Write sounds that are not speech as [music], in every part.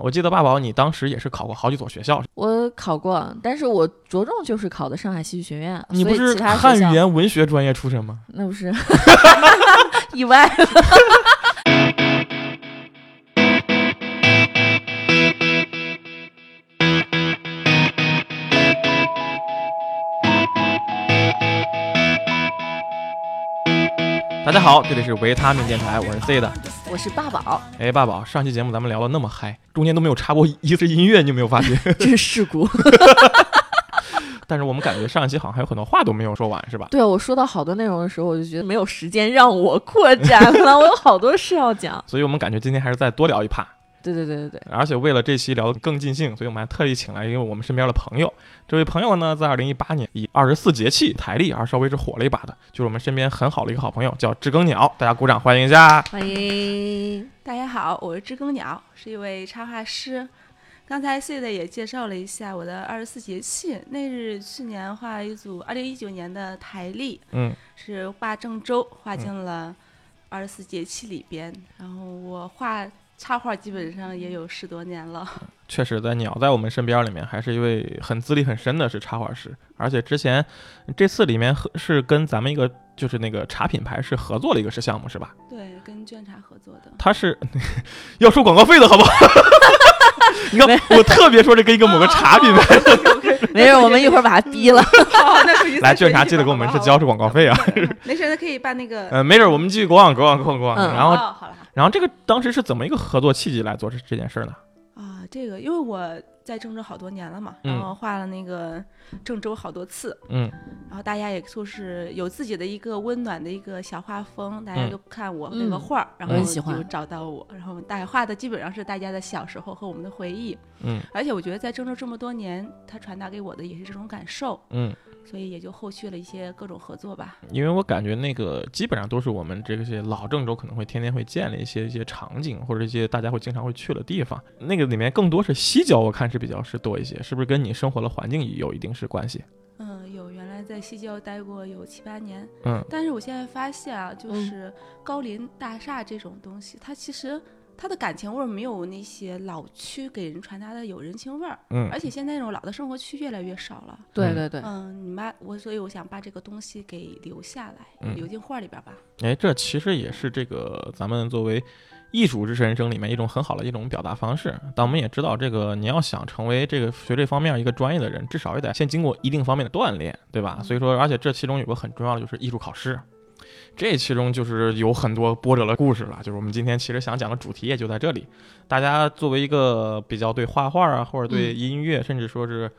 我记得爸宝，你当时也是考过好几所学校，我考过，但是我着重就是考的上海戏剧学院。你不所以是其他学汉语校言文学专业出身吗？那不是意外了。大家好，这里是维他命电台，我是 C 的。我是爸宝，哎，爸宝，上期节目咱们聊了那么嗨，中间都没有插播一次音乐，你有没有发觉？ [laughs] [laughs] 这是事故。但是我们感觉上一期好像还有很多话都没有说完，是吧？对我说到好多内容的时候，我就觉得没有时间让我扩展了，我有好多事要讲。所以我们感觉今天还是再多聊一趴。对对对对对，而且为了这期聊得更尽兴，所以我们还特意请来一个我们身边的朋友。这位朋友呢，在二零一八年以二十四节气台历而稍微是火了一把的，就是我们身边很好的一个好朋友，叫知更鸟。大家鼓掌欢迎一下。欢迎。大家好，我是知更鸟，是一位插画师。刚才 C 的也介绍了一下我的二十四节气，那是去年画一组二零一九年的台历，嗯，是画郑州，画进了二十四节气里边。然后我画插画基本上也有十多年了，确实，在鸟在我们身边里面，还是一位很资历很深的是插画师，而且之前这次里面和是跟咱们一个就是那个茶品牌是合作了一个是项目是吧？对，跟卷茶合作 [laughs] 的。他是要收广告费的好不好？你看，我特别说这跟一个某个茶品牌，没事，我们一会儿把他逼了。好，哦那 [laughs] 属于来卷茶记得给我们是交出是广告费啊。没事，那可以把那个。呃，没准儿我们继续国往国往国往国往。嗯然后，哦好了。然后这个当时是怎么一个合作契机来做这这件事儿呢？啊，这个因为我在郑州好多年了嘛，嗯然后画了那个郑州好多次，嗯然后大家也就是有自己的一个温暖的一个小画风，大家嗯就看我那个嗯画儿，然我后很喜欢就找到我，然后大家画的基本上是大家的小时候和我们的回忆，嗯而且我觉得在郑州这么多年，他传达给我的也是这种感受，嗯，所以也就后续了一些各种合作吧。因为我感觉那个基本上都是我们这些老郑州可能会天天会见的一些一些场景，或者一些大家会经常会去的地方。那个里面更多是西郊，我看是比较是多一些，是不是跟你生活的环境有一定是关系？嗯，有原来在西郊待过有七八年，嗯但是我现在发现啊，就嗯是高临大厦这种东西，它其实它的感情味儿没有那些老区给人传达的有人情味儿，嗯而且现在那种老的生活区越来越少了。对对对，嗯，你妈我，所以我想把这个东西给留下来，嗯留进画里边儿吧。哎，这其实也是这个咱们作为艺术知识人生里面一种很好的一种表达方式。但我们也知道，这个你要想成为这个学这方面一个专业的人，至少也得先经过一定方面的锻炼，对吧？所以说，而且这其中有个很重要的就是艺术考试。这其中就是有很多波折的故事了，就是我们今天其实想讲的主题也就在这里。大家作为一个比较对画画啊，或者对音乐，甚至说是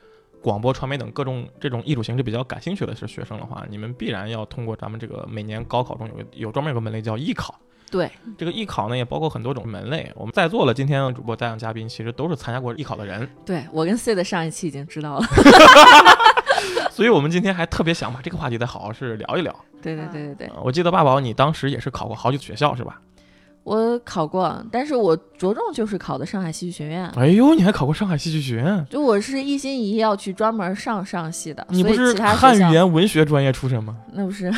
广播、传媒等各种这种艺术形式比较感兴趣的是学生的话，你们必然要通过咱们这个每年高考中有个有专门有个门类叫艺考。对，这个艺考呢也包括很多种门类。我们在座的今天的主播在场嘉宾其实都是参加过艺考的人，对我跟 C 的上一期已经知道了。所以我们今天还特别想把这个话题再好好是聊一聊。对对对对对，呃我记得八宝，你当时也是考过好几个学校是吧？我考过，但是我着重就是考的上海戏剧学院。哎呦，你还考过上海戏剧学院？就我是一心一意要去专门上上戏的，你不所以是其他汉学校语言文学专业出身吗？那 [laughs] 不是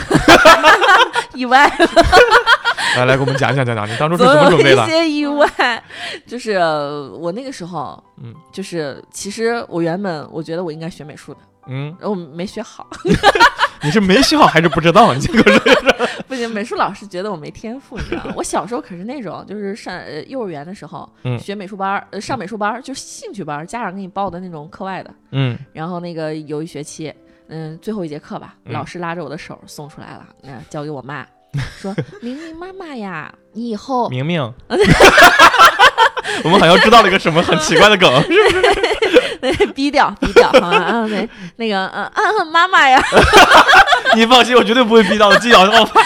意外，来来，给我们讲讲讲讲，你当初是总 [laughs] 怎么有准备一的？些意外。就是呃我那个时候，嗯就是其实我原本我觉得我应该学美术的，嗯，然后我没学好， [laughs] 你是没笑还是不知道？你这个人不行，美术老师觉得我没天赋，你知道吗？我小时候可是那种，就是上呃幼儿园的时候嗯学美术班儿，呃上美术班儿就是兴趣班儿，家长给你报的那种课外的， [laughs] 嗯，然后那个有一学期，嗯，最后一节课吧，嗯老师拉着我的手送出来了，那、交给 [laughs] 我妈，说明明妈妈呀，你以后 [laughs] 明明，我们好像知道了一个什么很奇怪的梗。低调低调，好吗？ [laughs] 啊，对，那个嗯啊妈妈呀， [laughs] 你放心，我绝对不会逼到的，纪晓要哦发。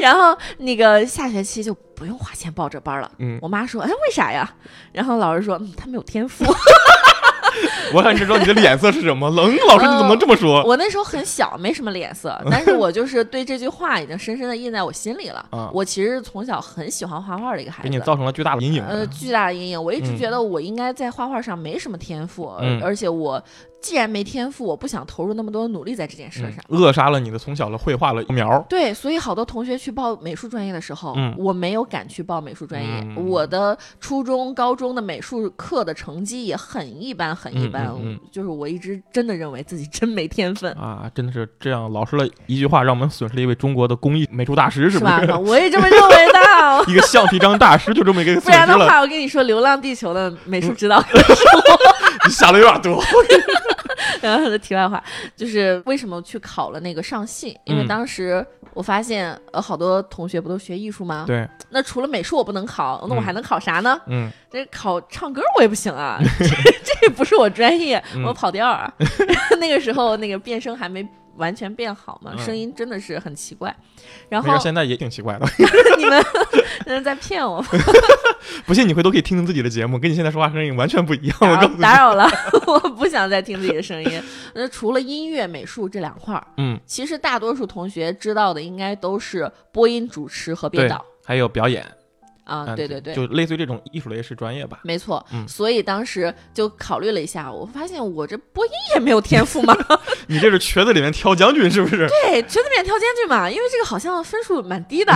然后那个下学期就不用花钱报这班了。嗯， [laughs] 我妈说：“哎，为啥呀？”然后老师说：“嗯，他没有天赋。”我想知道你的脸色是什么。冷老师，你怎么能这么说？我那时候很小，没什么 [laughs] 脸色，但是我就是对这句话已经深深的印在我心里了。啊我其实从小很喜欢画画的一个孩给子，你造成了巨大的阴影。呃，巨大的阴影。我一直嗯觉得我应该在画画上没什么天赋，而嗯而且我既然没天赋，我不想投入那么多努力在这件事嗯上。扼杀了你的从小的绘画了苗。对，所以好多同学去报美术专业的时候，嗯我没有敢去报美术专业。嗯我的初中、高中的美术课的成绩也很一般，很一嗯嗯般。嗯就是我一直真的认为自己真没天分，啊，真的是这样，老师的一句话，让我们损失了一位中国的工艺美术大师，是不吧是？？。我也这么认为的 [laughs] 一个橡皮章大师就这么一个不损然失的了，话，我跟你说，《流浪地球》的美术指导你想的有点 [laughs] 多。然后题外话，就是为什么去考了那个上戏？因为嗯当时我发现，呃，好多同学不都学艺术吗？对，那除了美术我不能考，那我嗯还能考啥呢？嗯，这考唱歌我也不行啊， [laughs] 这这不是我专业，嗯我跑调儿啊。 [laughs] 那个时候那个变声还没完全变好嘛，嗯声音真的是很奇怪。然没后事，现在也挺奇怪的。 [laughs] 你们 [laughs] 你们在骗我吗，不信你回头可以听听自己的节目，跟你现在说话声音完全不一样。我告打扰诉你，打扰了， [laughs] 我不想再听自己的声音。 [laughs] 那除了音乐、美术这两块儿，嗯，其实大多数同学知道的应该都是播音主持和编对导，还有表演，啊，嗯对对对，就类似于这种艺术类是专业吧。没错。嗯所以当时就考虑了一下，我发现我这播音也没有天赋嘛， [laughs] 你这是瘸子里面挑将军是不是？对，瘸子面挑间距嘛，因为这个好像分数蛮 [laughs] 低的。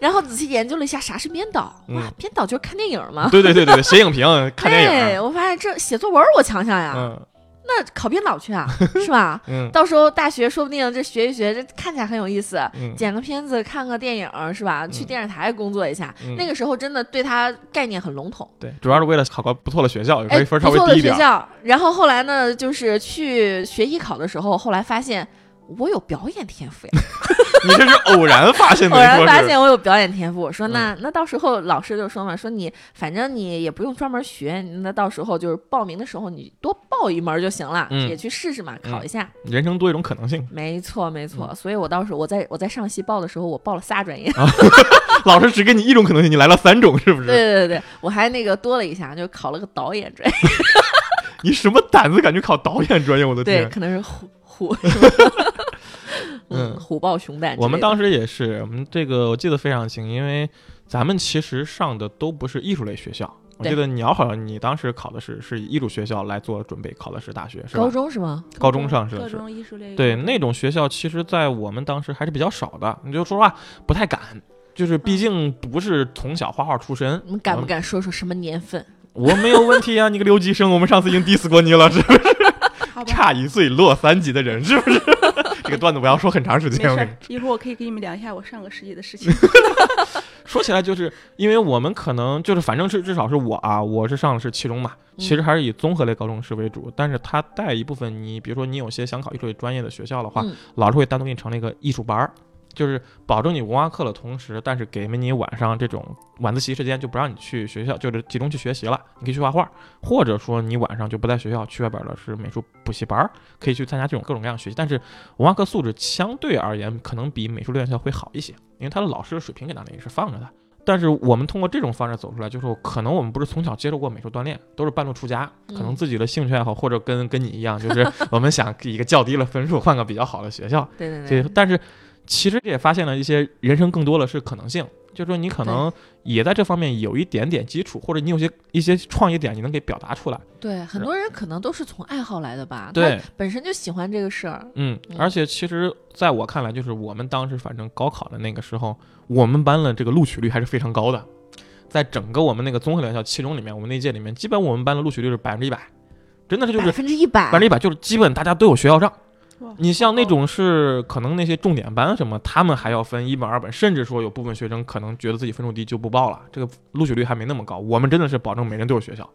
然后仔细研究了一下啥是编导，哇嗯，编导就是看电影嘛。对对对对，写影 [laughs] 评、看电啊哎，啊影，啊我发现这写作文我强项呀，嗯那考编导去啊，是吧？嗯到时候大学说不定这学一学，这看起来很有意思，嗯，剪个片子，看个电影是吧？去电视台工作一下，嗯那个时候真的对他概念很笼统。对，主要是为了考个不错的学校，有时哎，候分稍不错微的低一学点儿。校，然后后来呢，就是去学艺考的时候，后来发现我有表演 [laughs] 天赋呀，你这是偶然发现 [laughs] 的，偶然说发是现我有表演天赋。我说那、嗯那到时候老师就说嘛，说你反正你也不用专门学，那到时候就是报名的时候你多报一门就行了，嗯也去试试嘛，考一下。人生多一种可能性。没错没嗯错，所以我当时我在我在上戏报的时候，我报了仨专业。老师只给你一种可能性，你来了三种，是不是？对对对，我还那个多了一下，就考了个导演专业。你什么胆子敢去考导演专业？我的对，天！可能是虎虎，是吧嗯， [laughs] 嗯虎豹熊胆之类的。我们当时也是，我们这个我记得非常清，因为咱们其实上的都不是艺术类学校。我对记得鸟好像你当时考的是是以艺术学校来做准备，考的是大学是吧？高中是吗？高中上是高是。中艺术类对那种学校，其实，在我们当时还是比较少的。你就说实话，不太敢，就是毕竟不是从小画画出身。你们敢我不敢说说什么年份？我没有问题啊，你个留级生，我们上次已经 diss 过你了，是不是？好吧，差一岁落三级的人，是不是？ [laughs] 这个段子我要说很长时没间。我事跟你儿，一会儿我可以给你们聊一下我上个世纪 [laughs] 的事情。说起来，就是因为我们可能就是，反正是至少是我啊，我是上的是七中嘛，嗯其实还是以综合类高中师为主，但是它带一部分你，比如说你有些想考艺术类专业的学校的话，嗯老师会单独给你成立一个艺术班儿，就是保证你文化课的同时，但是给你晚上这种晚自习时间就不让你去学校，就是集中去学习了，你可以去画画，或者说你晚上就不在学校，去外边儿的是美术补习班儿，可以去参加这种各种各样的学习，但是文化课素质相对而言可能比美术类院校会好一些，因为他的老师的水平给那里是放着的。但是我们通过这种方式走出来，就是可能我们不是从小接受过美术锻炼，都是半路出家，可能嗯自己的兴趣爱好或者跟跟你一样，就是我们想给一个较低的分数换个比较好的学校。对对对对，，但是其实也发现了一些人生更多的是可能性，就是说你可能也在这方面有一点点基础，或者你有些一些创意点你能给表达出来。对，很多人可能都是从爱好来的吧？对，本身就喜欢这个事儿。嗯嗯，而且其实在我看来，就是我们当时反正高考的那个时候，我们班的这个录取率还是非常高的，在整个我们那个综合两校七中里面，我们那届里面，基本我们班的录取率是百分之一百，真的是就是百分之一百百分，之一百，就是基本大家都有学校上。哇你像那好高种是可能那些重点班什么，他们还要分一本二本，甚至说有部分学生可能觉得自己分数低就不报了，这个录取率还没那么高。我们真的是保证每人都有学校，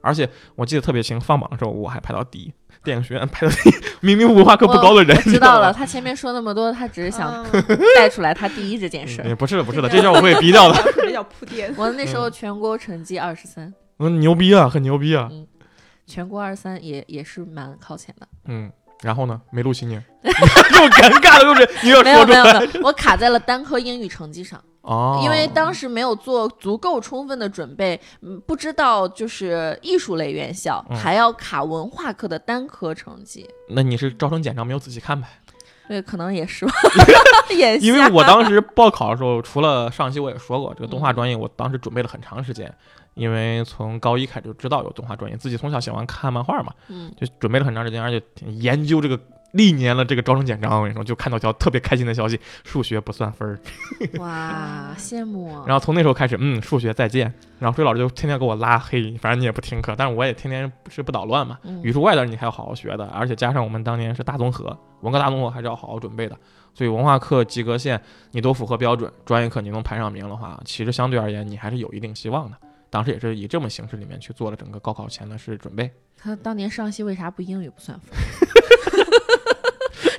而且我记得特别清，放榜的时候我还排到第一，电影学院排到第一， [laughs] 明明文化课不高的人，我你知道了。吗。他前面说那么多，他只是想嗯带出来他第一这件事儿。嗯也不是的， [laughs] 不是的，这这个事儿我会逼掉的。这叫铺垫。我那时候全国成绩二十三，嗯，牛逼啊，很牛逼啊。全国二十三也也是蛮靠前的。嗯，然后呢，没 [laughs] 录取你，又尴尬了，就是你要没说 [laughs] 有出没有来。没有，我卡在了单科英语成绩上。哦，因为当时没有做足够充分的准备，嗯，不知道就是艺术类院校、嗯还要卡文化课的单科成绩，那你是招生简章没有仔细看呗？对，可能 [laughs] 也是吧， [laughs] 眼瞎。因为我当时报考的时候，除了上期我也说过，这个动画专业我当时准备了很长时间，因为从高一开始就知道有动画专业，自己从小喜欢看漫画嘛，嗯，就准备了很长时间，而且研究这个历年了这个招生简章，我跟你说，就看到一条特别开心的消息，数学不算分儿。哇，羡慕啊。然后从那时候开始，嗯，数学再见。然后追老师就天天给我拉黑，反正你也不听课，但是我也天天是不捣乱嘛。嗯语数外的你还要好好学的，而且加上我们当年是大综合，文科大综合还是要好好准备的。所以文化课及格线你都符合标准，专业课你能排上名的话，其实相对而言你还是有一定希望的。当时也是以这么形式里面去做了整个高考前的是准备。他当年上戏为啥不英语不算分？ [laughs]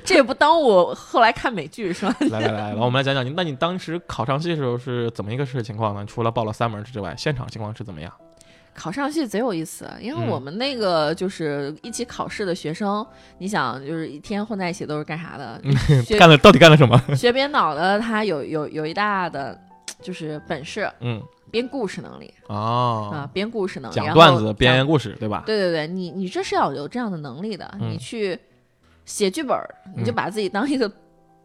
这也不耽误我后来看美剧是吧？来来来，来我们来讲讲你，那你当时考上戏的时候是怎么一个是情况呢？除了报了三门之外，现场情况是怎么样？考上戏贼有意思，因为嗯我们那个就是一起考试的学生，你想就是一天混在一起都是干啥的？嗯学干了到底干了什么？ [laughs] 学编导的他有有有一大的就是本事，嗯，编故事能力哦，啊，编故事能力，讲然后段子、讲编故事，对吧？对对对，你你这是要有这样的能力的，嗯你去写剧本儿，你就嗯把自己当一个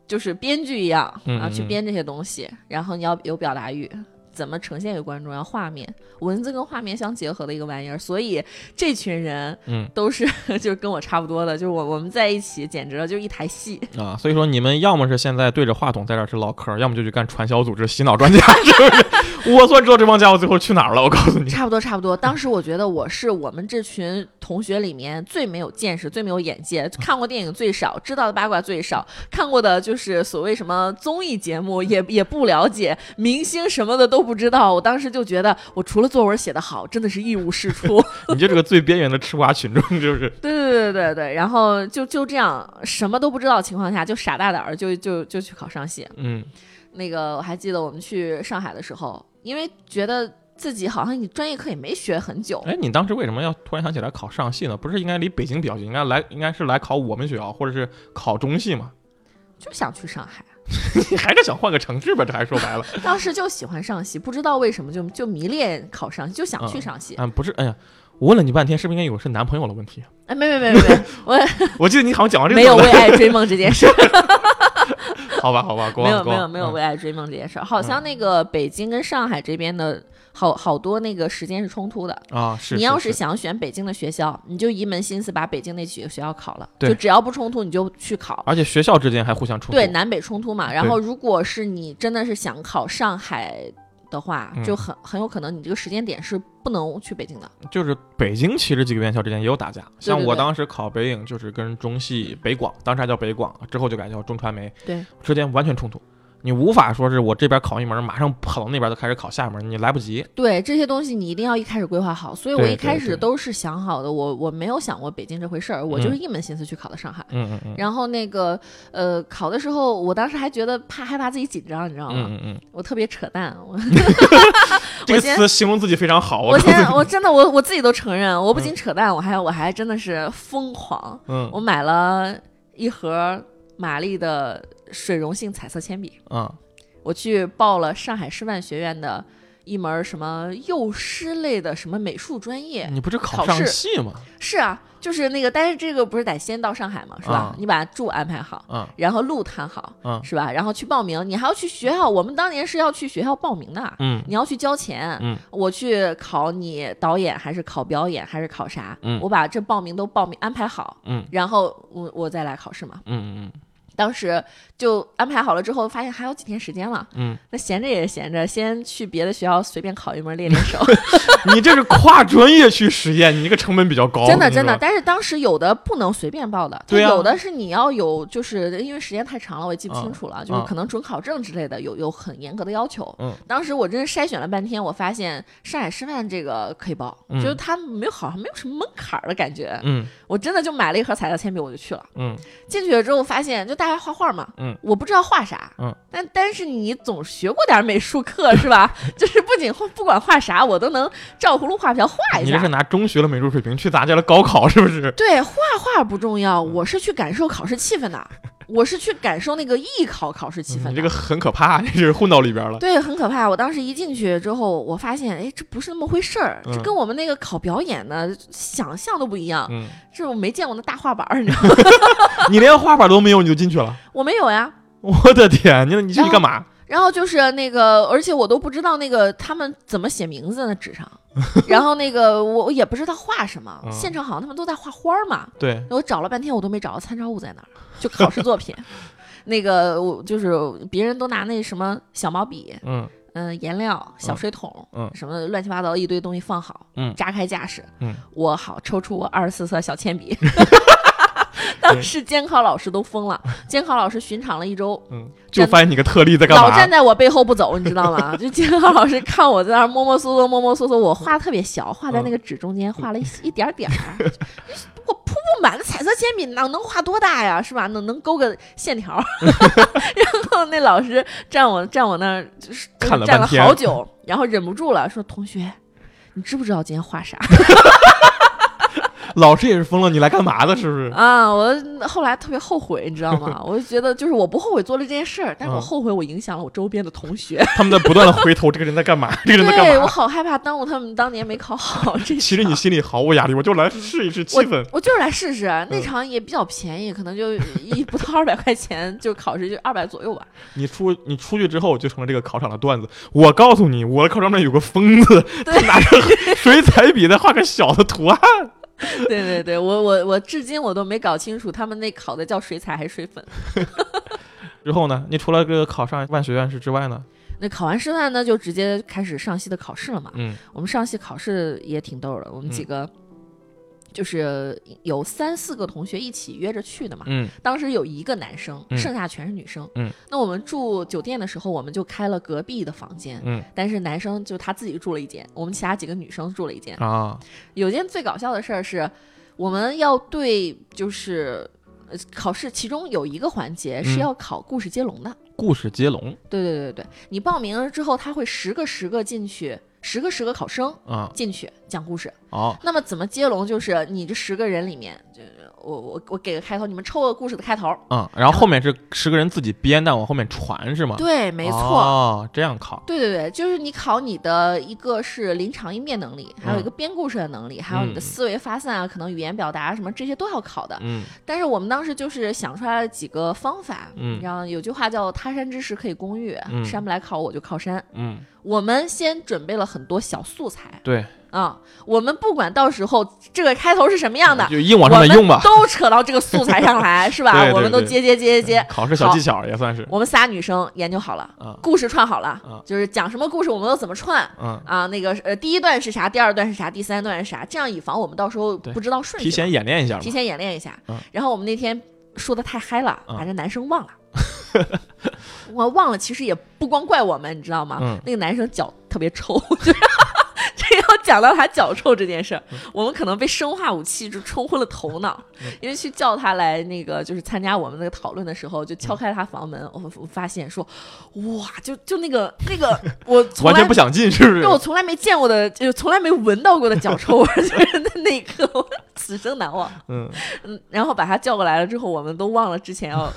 就是编剧一样，嗯然后去嗯嗯编这些东西，然后你要有表达欲。怎么呈现给观众？要画面，文字跟画面相结合的一个玩意儿，所以这群人嗯都是 [laughs] 就是跟我差不多的，就是我我们在一起简直了，就是一台戏。啊，所以说你们要么是现在对着话筒在这儿是唠嗑，要么就去干传销组织洗脑专家，是不是？我算知道这帮家伙最后去哪儿了，我告 [laughs] 诉你。差不多，差不多。当时我觉得我是我们这群同学里面最没有见识、最没有眼界，看过电影最少，知道的八卦最少，看过的就是所谓什么综艺节目也 [laughs] 也不了解，明星什么的都不知道。我当时就觉得，我除了作文写得好，真的是一无是处。你就是个最边缘的吃瓜群众，就是对对对对对，然后就就这样什么都不知道的情况下，就傻大胆儿就就就去考上戏。嗯那个我还记得我们去上海的时候，因为觉得自己好像你专业课也没学很久。哎，你当时为什么要突然想起来考上戏呢？不是应该离北京比较近，应该来应该是来考我们学校或者是考中戏嘛？就想去上海， [laughs] 你还是想换个城市吧？这还说 [laughs] 白了，当时就喜欢上戏，不知道为什么就就迷恋考上戏，就想去上戏。嗯，不是，哎呀，我问了你半天，是不是应该有是男朋友的问题？啊哎，没没没没没， [laughs] 我记得你好像讲完这没个有了，为爱追梦这 [laughs] 件事儿，好吧好吧，国没有王没有没有为嗯爱追梦这件事儿，好像那个北京跟上海这边的好好多那个时间是冲突的。啊，是你要是是想选北京的学校，你就一门心思把北京那几个学校考了，对就只要不冲突你就去考。而且学校之间还互相冲突，对南北冲突嘛。然对后，如果是你真的是想考上海的话，嗯就很很有可能你这个时间点是不能去北京的。就是北京其实几个院校之间也有打架，像对我对当时考北影就是跟中戏、北广，当时还叫北广，之后就改叫中传媒，对，之间完全冲突。你无法说是我这边考一门，马上跑到那边就开始考下一门，你来不及。对这些东西，你一定要一开始规划好。所以我对一开对始对都是想好的，我我没有想过北京这回事儿，我就是一门心思去考的上海。嗯嗯嗯，然后那个呃，考的时候，我当时还觉得怕害怕自己紧张，你知道吗？嗯嗯嗯，我特别扯淡，我这个先词形容自己非常好。我我现在我真的我我自己都承认，我不仅扯淡，我还我还真的是疯狂，嗯我买了一盒玛丽的水溶性彩色铅笔，嗯我去报了上海师范学院的一门什么幼师类的什么美术专业。你不是考考上试戏吗？是啊，就是那个，但是这个不是得先到上海嘛，是吧？啊你把住安排好，嗯然后路摊好，嗯是吧？然后去报名，你还要去学校。我们当年是要去学校报名的，嗯你要去交钱。嗯我去考你导演还是考表演还是考啥？嗯我把这报名都报名安排好，嗯然后我我再来考试嘛。嗯嗯当时就安排好了之后，发现还有几天时间了，嗯，那闲着也闲着，先去别的学校随便考一门练练手。嗯你这是跨专业去实验，你这个成本比较高。哦真我的跟你真的，说，但是当时有的不能随便报的，它对啊有的是你要有，就是因为时间太长了，我也记不清楚了，就是嗯可能准考证之类的有有很严格的要求。嗯当时我真是筛选了半天，我发现上海师范这个可以报，嗯就是它没有好像没有什么门槛儿的感觉，嗯我真的就买了一盒彩色铅笔我就去了。嗯进去了之后发现就大家画画嘛，嗯，我不知道画啥，嗯，但但是你总学过点美术课是吧？ [laughs] 就是不仅画不管画啥，我都能照葫芦画瓢画一你这下是。拿中学的美术水平去打架了高考是不是？嗯 [laughs] 对，画画不重要，我是去感受考试气氛的。我是去感受那个艺考考试气氛的。你嗯这个很可怕， [laughs] 这是混到里边了。对，很可怕。我当时一进去之后，我发现，哎，这不是那么回事儿，这嗯跟我们那个考表演的想象都不一样。嗯，这我没见过那大画板儿，你知道吗？ [laughs] 你连画板都没有你就进去了，我没有呀。我的天，你你这是干嘛？然后就是那个，而且我都不知道那个他们怎么写名字呢，[laughs] 纸上。然后那个我我也不知道画什么，嗯现场好像他们都在画花儿嘛。对，我找了半天，我都没找到参照物在哪儿，就考试作品。 [laughs] 那个我就是别人都拿那什么小毛笔，嗯嗯、颜料、小水桶，嗯什么乱七八糟一堆东西放好，嗯扎开架势，嗯，我好抽出我二十四色小 [laughs] 铅笔。当时监考老师都疯 [laughs] 了，监考老师巡场了一周，嗯，就发现你个特例在干老站嘛？在我背后不走，你知 [laughs] 道吗？就监考老师看我在那儿摸摸索索，摸摸索索，我画得特别小，画在那个纸中间，画了一一点点儿。我铺不满的彩色铅笔，哪能画多大呀？是吧？能能勾个线条 [laughs] 儿。然后那老师站我站我那儿，就是看了站了半天好久，然后忍不住了，说：“同学，你知不知道今天 [laughs] 画啥？”老师也是疯了，你来干嘛的？是不是？啊，我后来特别后悔，你知道吗？我就觉得就是我不后悔做了这件事儿，但是我嗯后悔我影响了我周边的同学。他们在不断的回头，这个人在干嘛？这个人在对干我嘛？好害怕耽误他们当年没考好这场。其实你心里毫无压力，我就来试一试气氛。嗯我就是来试试，嗯那场也比较便宜，可能就一不到二百块钱，就考试就二百左右吧。 [laughs] 你出你出去之后就成了这个考场的段子。我告诉你，我的考场里面有个疯子，对他拿着水彩笔在画个小的图案。对对对，我我我至今我都没搞清楚他们那考的叫水彩还是水粉。之后呢，你除了这个考上万学院士之外呢，那考完师范呢，就直接开始上戏的考试了嘛。嗯我们上戏考试也挺逗的，我们几个。就是有三四个同学一起约着去的嘛，嗯当时有一个男生，嗯剩下全是女生。嗯，那我们住酒店的时候，我们就开了隔壁的房间，嗯但是男生就他自己住了一间，我们其他几个女生住了一间。啊，有件最搞笑的事儿是，我们要对就是呃考试，其中有一个环节嗯是要考故事接龙的。故事接龙对对对对，你报名了之后，他会十个十个进去，十个十个考生啊，进去讲故事。哦，那么怎么接龙？就是你这十个人里面，就是我我我给个开头，你们抽个故事的开头。嗯，然后后面是十个人自己编，但往后面传是吗？，对，没错。哦，这样考，对对对，就是你考你的一个是临场应变能力，还有一个编故事的能力，还有你的嗯思维发散啊，可能语言表达什么这些都要考的。嗯但是我们当时就是想出来了几个方法，嗯然后有句话叫“他山之石可以攻玉，嗯山不来考我就靠山”。嗯，我们先准备了很多小素材对，啊，我们不管到时候这个开头是什么样的，嗯就硬我往上们面用吧。都扯到这个素材上来，是吧？ [laughs] 对对我们都对接接接接接，嗯考试小技巧也算是，我们仨女生研究好了，啊故事串好了，啊就是讲什么故事我们都怎么串。嗯，啊，那个呃，第一段是啥，第二段是啥，第三段是啥，这样以防我们到时候对不知道顺序提嘛。前演练一下嘛提。前演练一下。嗯然后我们那天说的太嗨了，嗯把这男生忘了。我忘了，其实也不光怪我们，你知道吗？嗯那个男生脚特别臭， [laughs] 就是这要讲到他脚臭这件事儿，嗯我们可能被生化武器就冲昏了头脑，因为去叫他来那个就是参加我们那个讨论的时候，就嗯敲开他房门，我我发现说，哇，就就那个那个我从完来全不想进，是不是对？我从来没见过的，就从来没闻到过的脚臭味儿， [laughs] 就是那那一刻，我此生难忘。嗯，嗯，然后把他叫过来了之后，我们都忘了之 [laughs] 前要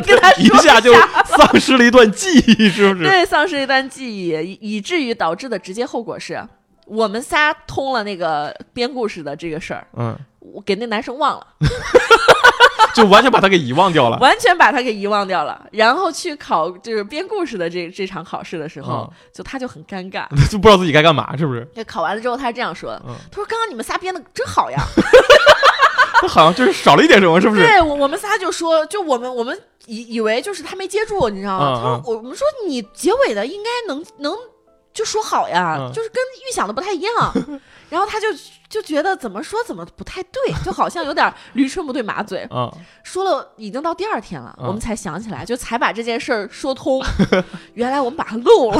跟他说一下就下丧失了一段记忆，是不是？对丧失一段记忆，以以至于导致的直接后果是我们仨通了那个编故事的这个事儿，嗯，我给那男生忘了，就完全把他给遗忘掉了。完全把他给遗忘掉了。然后去考就是编故事的这这场考试的时候，嗯就他就很尴尬。就不知道自己该干嘛，是不是？对，考完了之后他是这样说的，嗯他说：“刚刚你们仨编的真好呀。”他好像就是少了一点什么，是不是？对我我们仨就说，就我们我们以以为就是他没接住，你知道吗？嗯他说我们说你结尾的应该能能就说好呀，嗯就是跟预想的不太一样。 [laughs] 然后他就就觉得怎么说怎么不太对，就好像有点驴唇不对马嘴。啊，说了已经到第二天了，嗯我们才想起来，就才把这件事儿说通。 [laughs] 原来我们把它漏了。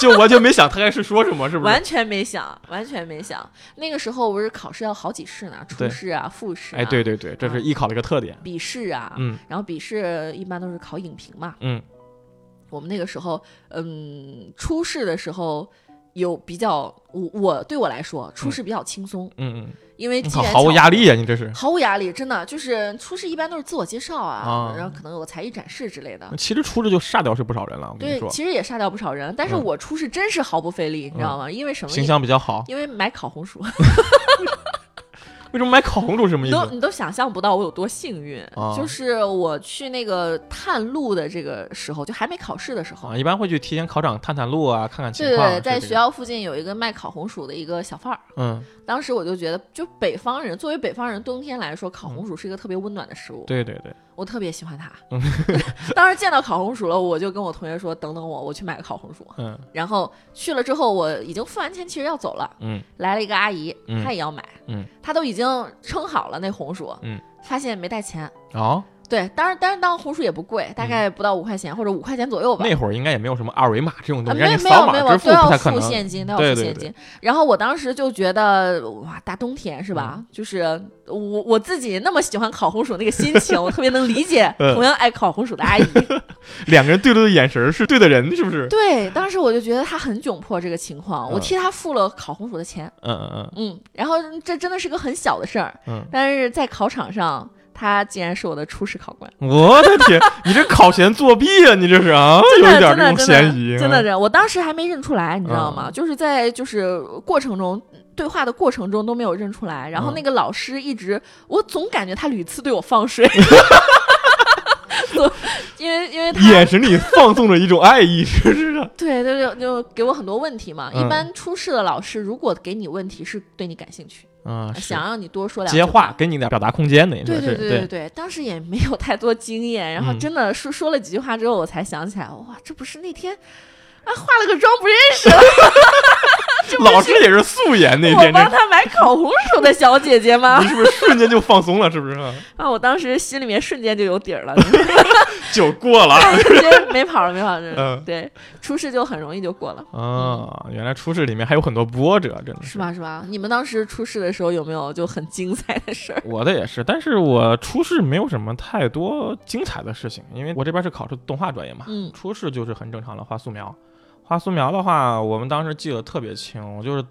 就完全没想他该是说什么，是不是？ [laughs] 完全没想，完全没想。那个时候不是考试要好几试呢，初对试啊、复试、啊，哎，对对对，这是艺考的一个特点。笔试啊，嗯然后笔试一般都是考影评嘛。嗯，我们那个时候，嗯，初试的时候有比较，我我对我来说初试比较轻松，嗯因为嗯，你机靠，缘毫无巧压力呀、你这是毫无压力，真的就是初试一般都是自我介绍啊，啊嗯然后可能有个才艺展示之类的。其实出着就杀掉是不少人了，我跟你对，说，其实也杀掉不少人，但是嗯我初试真是毫不费力，你知道吗？因为什么？形象比较好。因为买烤红薯，为什么买烤红薯什么意你都思？你都想象不到我有多幸运。啊就是我去那个探路的这个时候，就还没考试的时候，啊，一般会去提前考场探探路啊，看看情对对况。对，在是学这个，校附近有一个卖烤红薯的一个小贩儿。嗯，当时我就觉得，就北方人作为北方人，冬天来说，烤红薯是一个特别温暖的食物，嗯对嗯对对，我特别喜欢它。 [laughs] 当时见到烤红薯了，我就跟我同学说：“等等我，我去买个烤红薯。嗯”然后去了之后，我已经付完钱，其实要走了。嗯，来了一个阿姨，嗯她也要买，嗯，她都已经称好了那红薯，嗯，发现没带钱。哦，对，当然，当然，当红薯也不贵，嗯大概不到五块钱、或者五块钱左右吧。那会儿应该也没有什么二维码这种啊，东西，没让你有没扫有码没有，支付都要不太可付能。现金，都要对付对现对金。然后我当时就觉得，哇，大冬天是吧？就是我我自己那么喜欢烤红薯那个心情，我特别能理解嗯同样爱烤红薯的阿姨。两个人对对的眼神儿是对的人，是不是？ [laughs] 对，当时我就觉得她很窘迫这个情况，我嗯替她付了烤红薯的钱。嗯嗯嗯，然后这真的是个很小的事儿，嗯但是在考场上，她竟然是我的初试考官。嗯，我的天，你这考前作弊啊！你这是啊， [laughs] 真有一的点真这的种真嫌疑的啊，真的是，我当时还没认出来，你知道吗？嗯就是在就是过程中对话的过程中都没有认出来，然后嗯那个老师一直，我总感觉他屡次对我 [laughs] 放水，我因为因为 [laughs] 他眼神里放纵着一种爱意，是不 [laughs] 是？对对对，就给我很多问题嘛。嗯一般初试的老师如果给你问题是对你感兴趣，嗯，是啊想让你多说两句接话，给你点表达空间的，应该对是对对对对。对，当时也没有太多经验，然后嗯真的说、说了几句话之后，我才想起来，哇，这不是那天啊化了个妆不认识了，这不老师是也是素颜那我天，帮这他买烤红薯的小姐姐吗 [laughs] 你？是不是瞬间就放松了？是 [laughs] 不是啊？啊，我当时心里面瞬间就有底儿了， [laughs] 酒过了。 [laughs] 瞬间没跑了，没跑了啊嗯，对，出事就很容易就过了。啊，原来初试里面还有很多波折，真的是？吧是吧？你们当时出事的时候有没有就很精彩的事儿？我的也是，但是我初试没有什么太多精彩的事情，因为我这边是考的动画专业嘛，嗯初试就是很正常的画素描。画素描的话，我们当时记得特别清，我就是，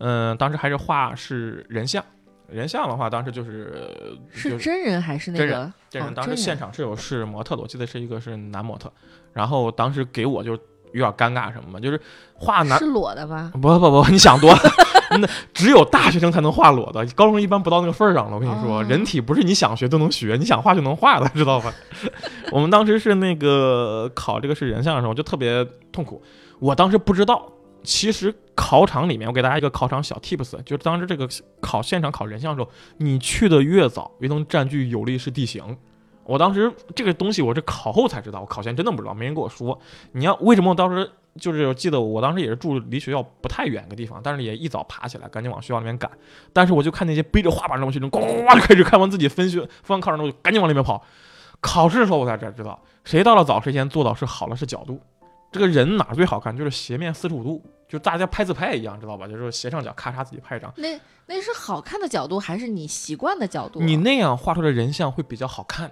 嗯、当时还是画是人像，人像的话，当时就是是就是真人还是那真个？这人哦当时真现场是有是模特的，我记得是一个是男模特，然后当时给我就有点尴尬什么嘛，就是画男是裸的吗？不不 [laughs] 不，你想多了。那只有大学生才能画裸的，高中生一般不到那个份儿上了。我跟你说，哦人体不是你想学就能学，你想画就能画的，知道吧？ [laughs] 我们当时是那个考这个是人像的时候，就特别痛苦。我当时不知道，其实考场里面，我给大家一个考场小 tips，就是当时这个考现场考人像的时候，你去的越早，越能占据有利是地形。我当时这个东西我是考后才知道，我考前真的不知道，没人跟我说。你要为什么我当时就是我记得我当时也是住离学校不太远个地方，但是也一早爬起来赶紧往学校里面赶。但是我就看那些背着画板的同学，咣咣咣咣就开始看完自己分学分完考场之后就赶紧往里面跑。考试的时候我才知道，谁到了早谁先做到是好了是角度。这个人哪儿最好看？就是斜面四十五度，就大家拍自拍一样，知道吧？就是斜上角咔嚓自己拍一张。那那是好看的角度还是你习惯的角度？你那样画出来的人像会比较好看。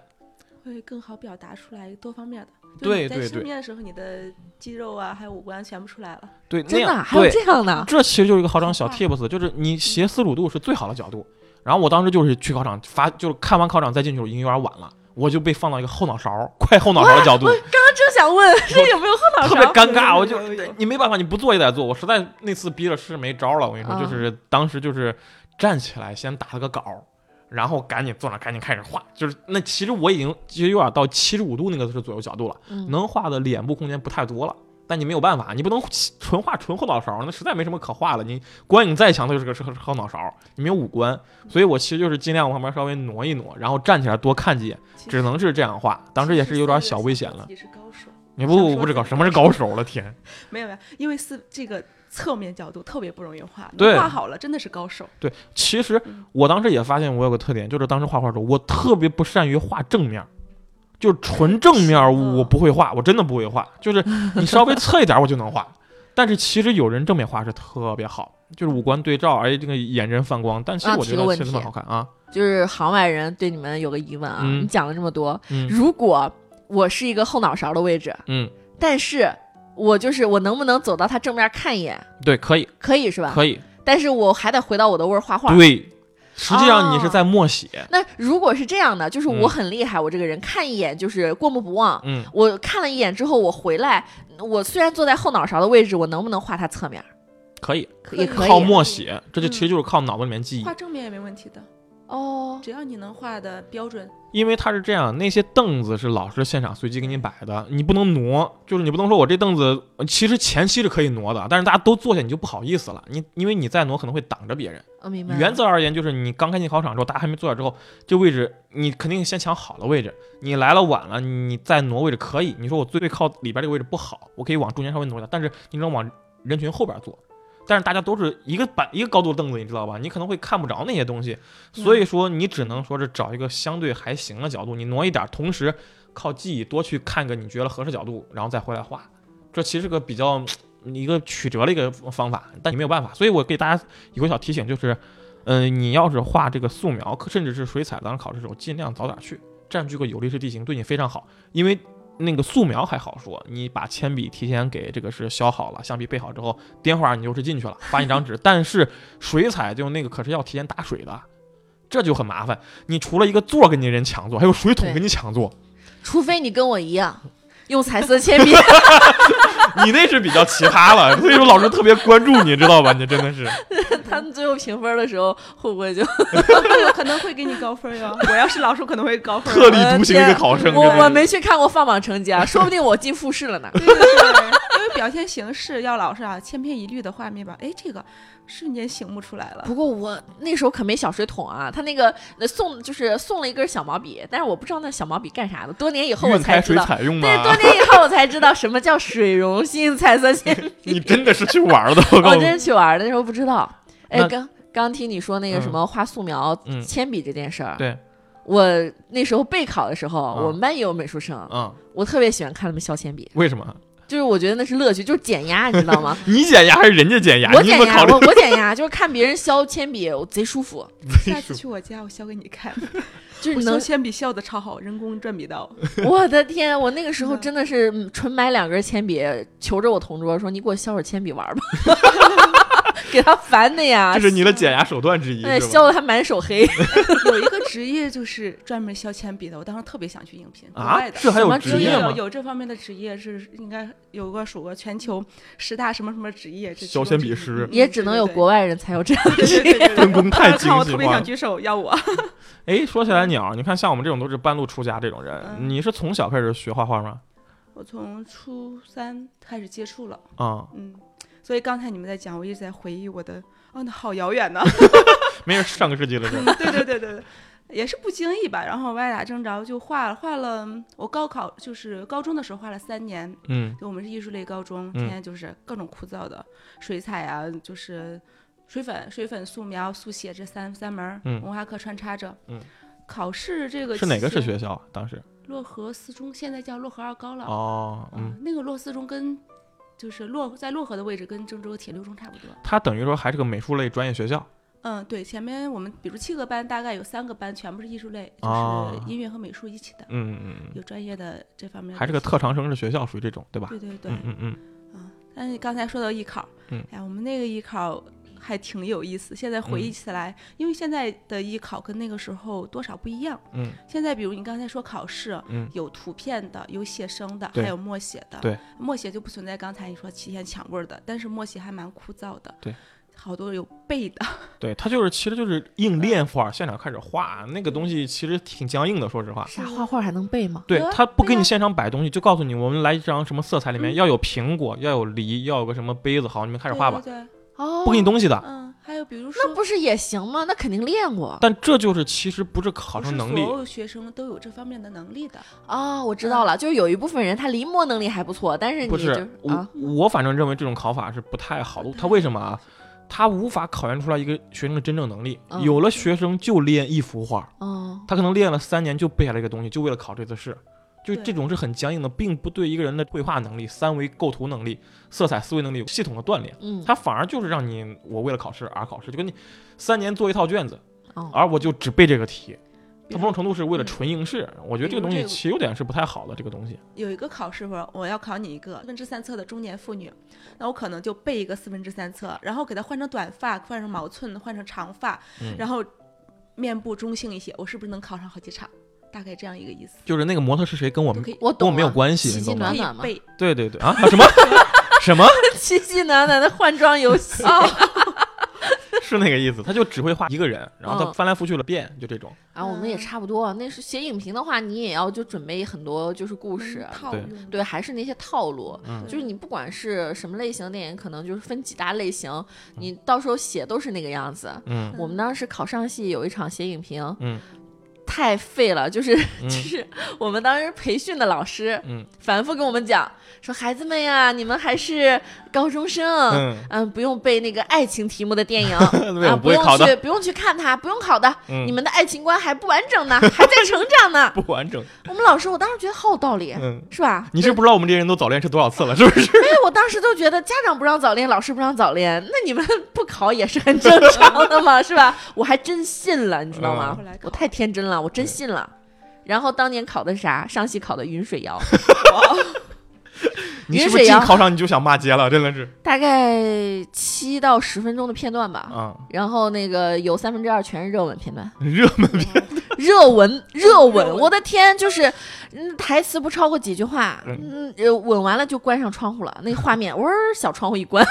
会更好表达出来多方面的。就对你在对生对病的时候，你的肌肉啊，还有五官全部出来了。对，那真的啊样还有对这样的？这其实就是一个考场小画 tips，就是你斜四十五度是最好的角度。然后我当时就是去考场发，就是看完考场再进去已经有点晚了，我就被放到一个后脑勺儿快后脑勺的角度，刚正想问，这有没有后脑特勺？别尴尬。有我有就 [laughs] 有有你没办法，你不做也得做。我实在那次逼了是没招儿了，我跟你说，啊就是当时就是站起来先打了个稿儿。然后赶紧坐那儿，赶紧开始画，就是那其实我已经其实有点到七十五度那个是左右角度了，嗯能画的脸部空间不太多了。但你没有办法，你不能纯画纯后脑勺，那实在没什么可画的。你观影再强，它就是个是个后脑勺，你没有五官，所以我其实就是尽量往旁边稍微挪一挪，然后站起来多看几眼，其只实能是这样画。当时也是有点小危险了自。己是高手，你不不不不是高，什么是高手了？天，没有没有，因为四这个侧面角度特别不容易画，能对画好了真的是高手。对，其实嗯我当时也发现我有个特点，就是当时画画的时候，我特别不善于画正面儿，就是纯正面儿我嗯不会画，我真的不会画。 [laughs] 就是你稍微侧一点儿我就能画，但是其实有人正面画是特别好，就是五官对照，而且这个眼神泛光，但其实啊我提觉个得问其实蛮题好看啊。就是行外人对你们有个疑问啊，嗯你讲了这么多，嗯如果我是一个后脑勺的位置，嗯，但是我就是我能不能走到他正面看一眼，对，可以，可以是吧？可以，但是我还得回到我的位儿画画。啊对。实际上你是在默写，那如果是这样的，就是嗯我很厉害，我这个人看一眼就是过目不忘。嗯，我看了一眼之后，我回来，我虽然坐在后脑勺的位置，我能不能画他侧面？可以，可也靠可以啊嗯默写，这就其实就是靠脑子里面记忆。画正面也没问题的，哦，只要你能画的标 [laughs] 准。因为它是这样，那些凳子是老师现场随机给你摆的，你不能挪，就是你不能说我这凳子，呃其实前期是可以挪的，但是大家都坐下你就不好意思了，你因为你再挪可能会挡着别人。我哦明白了。原则而言，就是你刚开进考场之后，大家还没坐下之后，这位置你肯定先抢好了位置，你来了晚了，你再挪位置可以。你说我最靠里边这个位置不好，我可以往中间稍微挪一下，但是你只能往人群后边坐。但是大家都是一个板一个高度的凳子，你知道吧？你可能会看不着那些东西，所以说你只能说是找一个相对还行的角度，你挪一点，同时靠记忆多去看个你觉得合适角度，然后再回来画。这其实是个比较嗯一个曲折的一个方法，但你没有办法。所以我给大家有个小提醒，就是，嗯、你要是画这个素描，甚至是水彩，当时考试的时候尽量早点去，占据个有利式地形对你非常好，因为。那个素描还好说，你把铅笔提前给这个是削好了，橡皮备好之后，颠画你就是进去了，发一张纸。但是水彩就那个可是要提前打水的，这就很麻烦。你除了一个座儿跟你人抢座，还有水桶对跟你抢座，除非你跟我一样，用彩色 [laughs] 铅笔。你那是比较奇葩了。所以说老师特别关注你，知道吧？你真的是。他们最后评分的时候，会不会就我可能会给你高分哟。 [laughs] 我要是老师，我可能会高分。特立独行的一个考生，真我的我是。没去看过放榜成绩啊，说不定我进复试了呢。对对对，因为表现形式要老实啊，千篇一律的画面吧。哎，这个瞬间醒悟出来了不。过我那时候可没小水桶啊，他那个呃送就是送了一根小毛笔，但是我不知道那小毛笔干啥的。多年以后我运才开知水道，彩用对，吗？多年以后我才知道什么叫水溶性彩色铅笔。你真的是去玩儿的， [laughs] 我告我诉你。真去玩儿的那时候不知道。哎那，刚刚听你说那个什嗯么画素描、嗯铅笔这件事儿，对，我那时候备考的时候，啊我们班也有美术哦生，嗯，我特别喜欢看他们削铅笔，为什么？就是我觉得那是乐趣，就是减压，你知道吗？ [laughs] 你减压还是人家减压？我你有减没有压，考虑我我减压，就是看别人削铅笔，我贼舒服，下次去我家，我削给你 [laughs] 看。就是我削能，铅笔削的超好，人工转笔刀。 [laughs] 我的天，我那个时候嗯真的是嗯纯买两根铅笔，求着我同桌说：“你给我削会儿铅笔玩儿吧。” [laughs] 给他烦的呀啊这，是你的减压手段之一，哎，是吧？削的他满 [laughs] 手黑。 [laughs] 有一个职业就是专门削铅笔的，我当时特别想去应聘。国啊外，的这还什有么职有职业业有吗有？有这方面的职业是应该有过数过全球十大什么什么职业，这削其中嗯铅笔之一师也只能有国。外人才有这样的嗯职对对业。对对 [laughs] 对分工太当时精看我细特别化了想举手要我，哎，说起来鸟，你看像我们这种都是半路出家这种人，嗯你是从小开始学画画吗？ [laughs] 我从初三开始接触了，啊，嗯，所以刚才你们在讲，我一直在回忆我的，哦，那好遥 [laughs] 远呢，没事，上个世纪的事 [laughs] 嗯，对对对对对，也是不经意吧，然后歪打正着就画了，画了，我高考就是高中的时候画了三年，嗯，就我们是艺术类高中，嗯天天就是各种枯燥的、水彩啊，就是水粉、水粉、素描、速写这三三门儿、嗯文化课穿插着。嗯考试这个是哪个是期学间？校啊？当时漯河四中，现在叫漯河二高了。哦，嗯嗯，那个漯四中跟就是漯在漯河的位置跟郑州铁六中差不多。它等于说还是个美术类专业学校。嗯，对，前面我们比如七个班，大概有三个班全部是艺术类，哦就是音乐和美术一起的，嗯嗯有专业的这方面嗯，的。还是个特长生的学校，属于这种，对吧？对对对，嗯嗯嗯，啊，但是你刚才说到艺考，嗯哎呀，我们那个艺考还挺有意思。现在回忆起来，因为现在的艺考跟那个时候多少不一样。嗯，现在比如你刚才说考试，嗯有图片的，有写生的，对还有默写的。对，默写就不存在刚才你说提前抢味儿的，但是默写还蛮枯燥的。对。好多有背的，对，它就是其实就是嗯硬练画儿，现场开始画那个东西，其实挺僵硬的，说实话。啥画画还能背吗？对有啊他不对给你呀现场摆东西，就告诉你我们来一张什么色彩，里面嗯要有苹果，要有梨，要有个什么杯子，好，你们开始画吧，啊对对对，[laughs] 哦，不给你东西的。嗯，还有比如说，那不是也行吗？那肯定练 [laughs] 过但这就是其实不是考不是生能力，所有学生都有这方面的能力的。啊、我知道了，就是有一部分人他临摹能力还不错，但是你不就是我、啊，我反正认为这种考法是不太好的。不太他为什么啊？他无法考验出来一个学生的真正能力。嗯有了学生就练一幅画，嗯，他可能练了三年就背下来一个东西，就为了考这次试。就对这种是很僵硬的，并不对一个人的绘画能力、三维构图能力、色彩思维能力有系统的锻炼。嗯，他反而就是让你我为了考试而考试，就跟你三年做一套卷子哦，而我就只背这个题，它某种程度是为了纯应试，我觉得这个东比西如这个其实有嗯点是不太好的。这个东西，有一个考试我我要考你一个四分之三册的中年妇女，那我可能就背一个四分之三册，然后给它换成短发，换成毛寸，换成长发，嗯然后面部中性一些，我是不是能考上好几场？大概这样一个意思。就是那个模特是谁跟我就们可以我跟懂我了，没 [laughs] 有关系，奇你迹懂啊吗暖可？以暖嘛，背，对对对啊，什么 [laughs] 什么奇迹暖暖的换装 [laughs] 游戏啊！是那个意思？他就只会画一个人，然后他嗯翻来覆去了变，就这种。我们也差不多，那是写影评的话，你也要就准备很多就是故事啊能，嗯套对用对，还是那些套路。嗯就是你不管是什么类型的电影，可能就是分几大类型，你到时候写都是那个样子。嗯我们当时考上戏有一场写影评，嗯太废了，就是 [laughs] 就嗯是我们当时培训的老师 [laughs] 嗯反复跟我们讲说，孩子们呀，你们还是高中生，嗯，嗯，不用背那个爱情题目的电影 [laughs] 对，啊，我不会用考的，去不用去看它，不用考的，嗯你们的爱情观还不完整呢，还在成长呢。 [laughs] [laughs] 不完整。我们老师，我当时觉得好有道理，嗯，是吧？你是不知道我们这些人都早恋是多少次了，是不是？对，哎我当时就觉得家长不让早恋，老师不让早恋，那你们 [laughs] 不考也是很正常的嘛，是吧？我还真信了，你知道吗嗯后来？考我太天真了，我真信了。然后当年考的是啥？上戏考的云水谣，你是不云水是进谣考场你就想骂街了？真的是大概七到十分钟的片段吧。啊，然后那个有三分之二全是热吻片段，热门 [laughs] [laughs] 热吻，热热吻，吻我的天，就是，嗯，台词不超过几句话，嗯嗯，呃吻完了就关上窗户了，那画面，嗡、小窗户一关，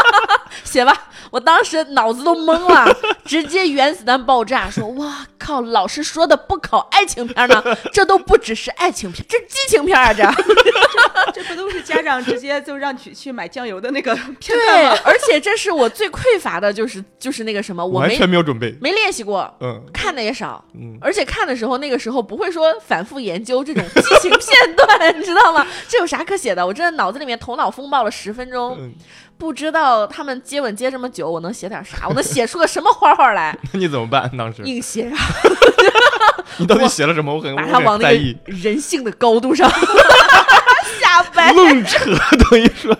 [laughs] 写吧，我当时脑子都懵 [laughs] 了，直接原子弹爆炸，说，哇靠，老师说的不考爱情 [laughs] 片呢，这都不只是爱情片，这是激情片啊，这，这不都是家长直接就让你去买酱油的那 [laughs] 个片对段吗？， [laughs] 而且这是我最匮乏的，就是就是那个什么，我完没全没有准备。没练习过，嗯看的也少，嗯，而且看的时候，那个时候不会说反复研 [laughs] 究这种激情片段，你知道吗？这有啥可写的？我真的脑子里面头脑风暴了十分钟，嗯不知道他们接吻接这么久，我能写点啥？我能写出个什么花花 [laughs] 来？那你怎么办？当时硬写，啊你到底写了什么？我很我把它往很那在个 [laughs] 意，人性的高 [laughs] 度上下掰，愣扯， [laughs] 等于说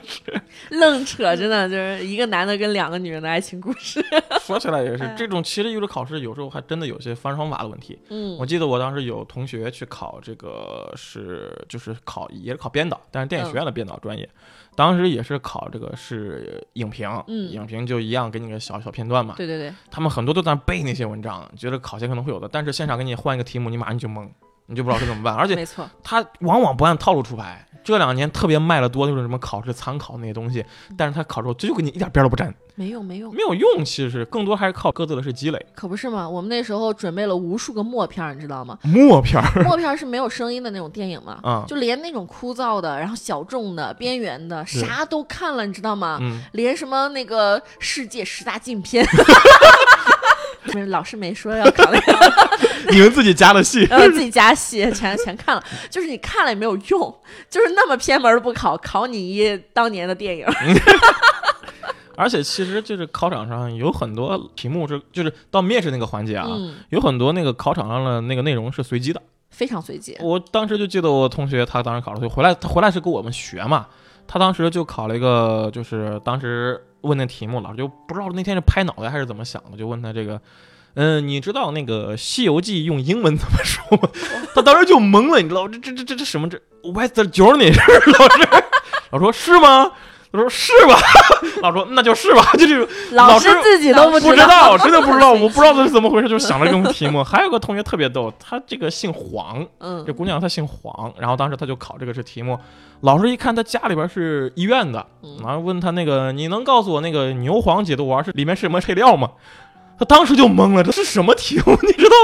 愣扯，真的就是一个男的跟两个女人的爱情故 [laughs] 事。说起来也是哎，这种其实娱乐考试有时候还真的有些翻方法的问题。嗯我记得我当时有同学去考这个是就是考也是考编导，但是嗯电影学院的编导专业，当时也是考这个是影评，嗯影评就一样给你个小小片段嘛。对对对，他们很多都在背那些文章，觉得考前可能会有的，但是现场给你换一个题目，你马上就懵，你就不知道该怎么办。而且没错，他往往不按套路出牌，这两年特别卖的多就是什么考试参考那些东西，嗯但是他考试后就跟你一点边儿都不沾，没用没用，没有用。其实更多还是靠各自的是积累。可不是嘛。我们那时候准备了无数个默片儿，你知道吗？默片儿，默片儿是没有声音的那种电影嘛，嗯就连那种枯燥的，然后小众的、边缘的，对啥都看了，你知道吗？嗯，连什么那个世界十大禁片， [laughs] 不是老师没说要 [laughs] 考那个，，你们自己加的戏然后自己加戏全全看了，就是你看了也没有用，就是那么偏门儿不考，考你一当年的电影。啊而且其实就是考场上有很多题目是，就是到面试那个环节啊。嗯，有很多那个考场上的那个内容是随机的，非常随机。我当时就记得我同学他当时考了，就回来他回来是跟我们学嘛，他当时就考了一个，就是当时问那题目，老师就不知道那天是拍脑袋还是怎么想的，就问他这个。嗯，你知道那个《西游记》用英文怎么说吗？他当时就懵了，你知道这这这这这什么这 West Journey [laughs] 是不是老师，老师说是吗？他说是吧？ [laughs] 老师说那就是吧， [laughs] 就这种老师师自己都不不知知道， [laughs] 真的不知道，我不知道这是怎么回事，就想了这种题目。还有个同学特别逗，他这个姓黄，嗯这，姑娘她姓黄，然后当时她就考这个是题目，老师一看她家里边是医院的，嗯然后问她那个你能告诉我那个牛黄解毒丸是里面是什么配料吗？她当时就懵了，这是什么题目？ [laughs] 你知道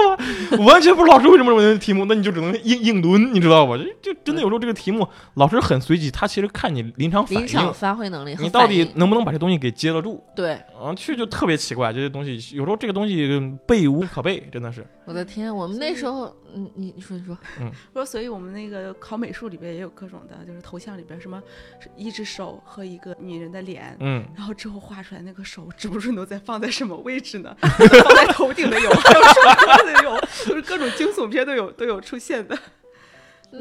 吗？完全不知道老师为什么这么问题目，那你就只能硬硬抡，你知道吧？就就真的有时候这个题目老师很随机，他其实看你临场反临场应，发挥能力和你到反底应能不能把这东西给接得住？对啊，去就特别奇怪，这些东西有时候这个东西备无可备，真的是，我的天，我们那时候，嗯，你你说你说，我说，所以我们那个考美术里边也有各种的，就是头像里边什么是一只手和一个女人的脸，嗯，然后之后画出来那个手指不准都在放在什么位置 [laughs] 呢？放在 [laughs] 头顶的有，还有手上的有，就是各种惊悚片都有都有出现的。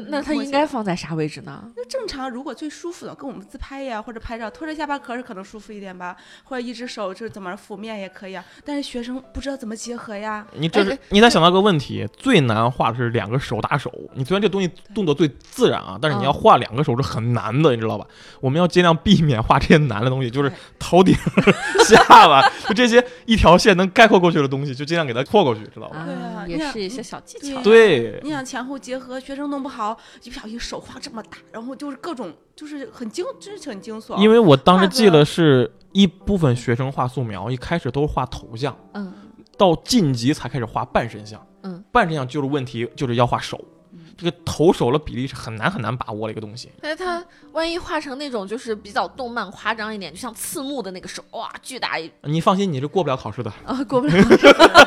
那它应该放在啥位置呢？那正常，如果最舒服的，跟我们自拍呀或者拍照，托着下巴壳是可能舒服一点吧，或者一只手就是怎么俯面也可以啊。但是学生不知道怎么结合呀，你这哎是你得想到个问题，最难画的是两个手搭手。你虽然这东西动作最自然啊，但嗯是你要画两个手是很难的，你知道吧？我们要尽量避免画这些难的东西，就是对 [laughs] 头顶、 [laughs] 下巴，就这些一条线能概括过去的东西，就尽量给它扩过去，知道吧？对啊也你看是一些小技巧对。对，你想前后结合，学生弄不好，一不小心手画这么大，然后就是各种就是很精，真是很精琐。因为我当时画个记得是一部分学生画素描，一开始都是画头像，嗯，到晋级才开始画半身像。嗯，半身像就是问题，就是要画手嗯。这个头手的比例是很难很难把握的一个东西，但是它万一画成那种就是比较动漫夸张一点，就像刺目的那个手，哇，巨大一你放心，你是过不了考试的，啊，过不了， [laughs]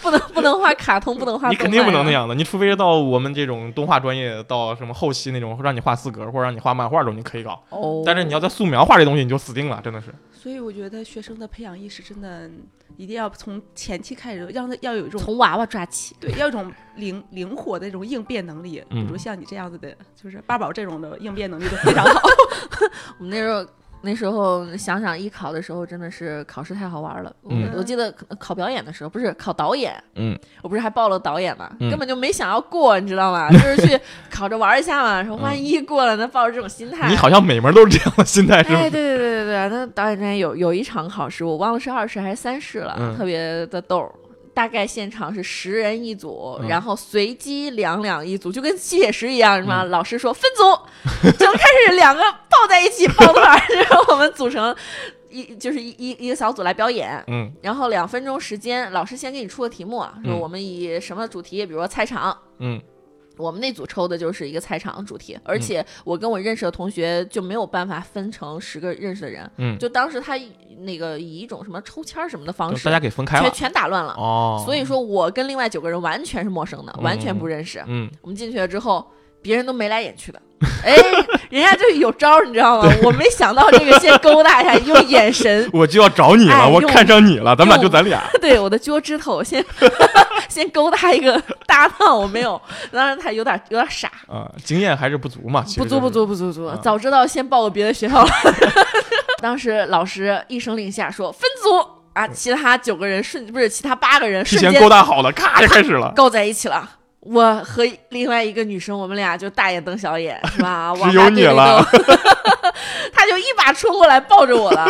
不能不能画卡通，不能画动漫啊，你肯定不能那样的。你除非是到我们这种动画专业，到什么后期那种让你画四格或者让你画漫画这种，你可以搞。哦。但是你要在素描画这东西，你就死定了，真的是。所以我觉得学生的培养意识真的一定要从前期开始，让他要有一种从娃娃抓起，对，要有一种灵灵活的这种应变能力。比嗯如像你这样子的，就是八宝这种的应变能力就非常 [laughs] 好。我们那时候那时候想想艺考的时候，真的是考试太好玩了。我嗯我记得考表演的时候，不是考导演，嗯，我不是还报了导演嘛，嗯根本就没想要过，你知道吗？就是去考着玩一下嘛，说万一过了，那抱着这种心态。嗯你好像每门都是这样的心态，是吧？哎，对对对对对，那导演之前有有一场考试，我忘了是二试还是三试了，嗯特别的逗儿。大概现场是十人一组，嗯然后随机两两一组，就跟吸铁石一样，是吗？老师说分组，就开始两个抱在一起抱团儿，然后我们组成一就是一一一个小组来表演。嗯然后两分钟时间，老师先给你出个题目啊，说嗯我们以什么主题，比如说菜场，嗯我们那组抽的就是一个菜场主题，而且我跟我认识的同学就没有办法分成十个认识的人，嗯，就当时他以那个以一种什么抽签儿什么的方就式，大家给分开全了。全打乱了。哦，所以说我跟另外九个人完全是陌生的，嗯完全不认识。嗯，我们进去了之后，别人都眉来眼去的，哎，人家就有招儿，你知道吗？我没想到这个，先勾搭一下，用眼 [laughs] 神，[laughs] 我就要找你了，哎我用看上你了，咱们俩用就咱俩。对我的脚趾头先 [laughs] 先勾搭一个搭档，我没有，当然他有点有点傻。啊、经验还是不足嘛，其实不就足是不。足不足不足啊，早知道先报个别的学校了。 [laughs] 当时老师一声令下说分组啊，其他九个人瞬不是其他八个人提瞬前间勾搭好了， [laughs] 咔就开始了。告在一起了。我和另外一个女生，我们俩就大眼瞪小眼， [laughs] 是吧？只往有大你队里了 [laughs] 头，他就一把冲过来抱着我了。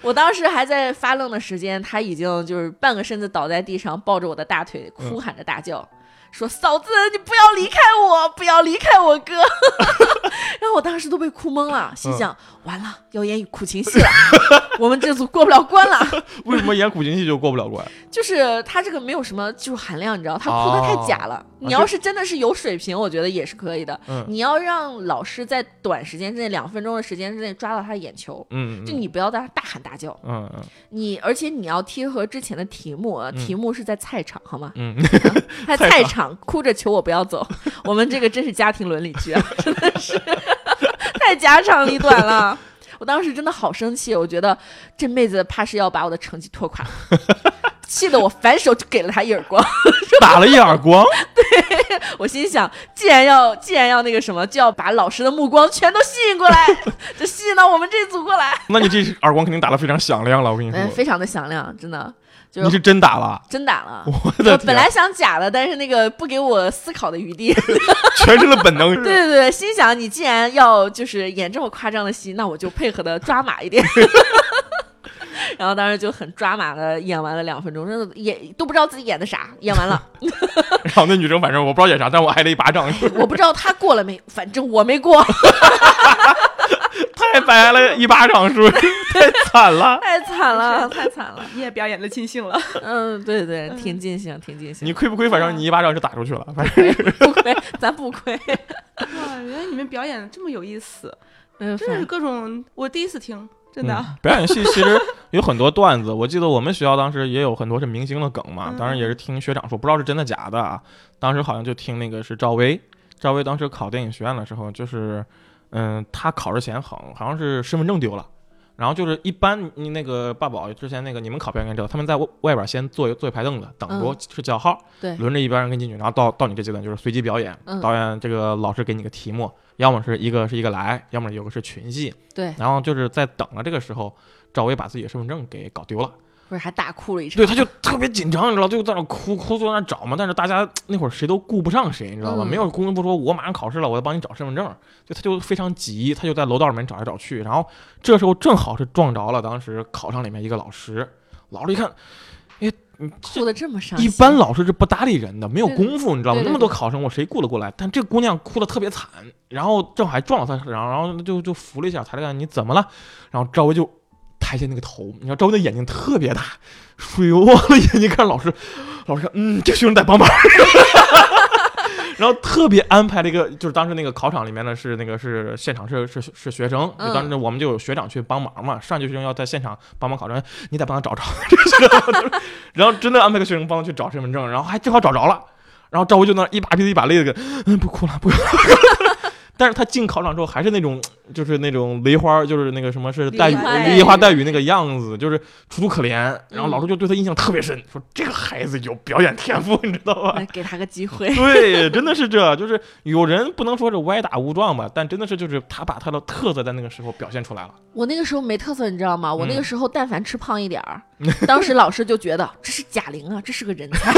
我当时还在发愣的时间，他已经就是半个身子倒在地上，抱着我的大腿，哭喊着大叫。说嫂子，你不要离开我，不要离开我 [laughs] 哥。 [laughs] 然后我当时都被哭懵了，心想、嗯完了，要演苦情 [laughs] 戏了，我们这组过不了关了。为什么演古琴戏就过不了关？就是他这个没有什么技术含量，你知道，他哦哭的太假了。你要是真的是有水平，我觉得也是可以的。啊嗯你要让老师在短时间之内，两分钟的时间之内抓到他的眼球。嗯，就嗯你不要在那大喊大叫，嗯你而且你要贴合之前的题目，呃题目是在菜场，好吗？嗯 [laughs] 嗯，他菜在菜场哭着求我不要走，我们这个真是家庭伦理剧啊，真的是太家长里短了。我当时真的好生气，我觉得这妹子怕是要把我的成绩拖垮了，气得我反手就给了她一耳光。打了一耳光，我心想，既然要既然要那个什么，就要把老师的目光全都吸引过来，就吸引到我们这组过来。那你这耳光肯定打得非常响亮了。我跟你嗯，说，非常的响亮，真的就你是真打了，真打了。我的我天，本来想假的，但是那个不给我思考的余地， [laughs] 全身的本能。 [laughs] 对对对，心想你既然要就是演这么夸张的戏， [laughs] 那我就配合的抓马一点。 [laughs] 然后当时就很抓马的演完了两分钟，真的演都不知道自己演的啥，演完 [laughs] 了然后那女生反正我不知道演啥，但我挨了一巴 [laughs] 掌，我不知道他过了没，反正我没过，太白了一巴掌，是不是？ [laughs] 太惨了。 [laughs] 太惨 [laughs] 了，太惨了。你也表演的尽兴了，嗯，对对，挺尽兴，挺尽兴你，亏不亏？反正你一巴掌就打出去了，反正不亏， [laughs] 咱不亏。哇！原来你们表演得这么有 [laughs] 意思，嗯，真的反是各种，我第一次听，真的。嗯表演系其实有很多段子，我记得我们学校当时也有很多是明星的梗嘛，嗯当然也是听学长说，不知道是真的假的啊。当时好像就听那个是赵薇，赵薇当时考电影学院的时候，就是嗯，她考试前好好像是身份证丢了。然后就是一般你那个爸宝之前那个你们考票应该知道，他们在外外边先坐一坐一排凳子，等着嗯是叫号，对轮着一帮人跟进去，然后到到你这阶段就是随机表演，嗯导演这个老师给你个题目，要么是一个是一个来，要么有个是群戏，对，然后就是在等了这个时候，赵薇把自己的身份证给搞丢了，不是还大哭了一场对，，他就特别紧张，你知道，就在那哭哭，坐在那找嘛。但是大家那会儿谁都顾不上谁，你知道吧？嗯没有公公不说，我马上考试了，我要帮你找身份证。就他就非常急，他就在楼道里面找来找去。然后这时候正好是撞着了当时考场里面一个老师，老师一看，哎，你这哭的这么伤心。一般老师是不搭理人的，没有对功夫，你知道吗？对对那么多考生，我谁顾得过来？但这个姑娘哭得特别惨，然后正好还撞了她，然后然后就就扶了一下，抬了一下，你怎么了？然后赵薇就抬起那个头，你知道赵薇的眼睛特别大， [laughs] 水汪汪哎的眼睛看着老师，老师看，嗯，这学生得帮忙。 [laughs] 然后特别安排了一个，就是当时那个考场里面呢是那个是现场是是是学生，嗯就当时我们就有学长去帮忙嘛，上级学生要在现场帮忙考生，你得帮他找着， [laughs] 这个学生然后真的安排个学生帮他去找身份证，然后还正好找着了，然后赵薇就那一把鼻子一把泪的，嗯，不哭了，不哭了。 [laughs] 但是他进考场之后还是那种，就是那种梨花，就是那个什么是梨带雨花带梨花雨带雨那个样子，就是楚楚可怜。然后老师就对他印象特别深，说这个孩子有表演天赋，你 [laughs] 知道 [laughs] 吧？来给他个机会，对，真的是这，就是有人不能说是歪打误撞吧，但真的是就是他把他的特色在那个时候表现出来了。我那个时候没特色，你知道吗？我嗯那个时候但凡吃胖一点儿， [laughs] 当时老师就觉得这是贾玲啊，这是个人才。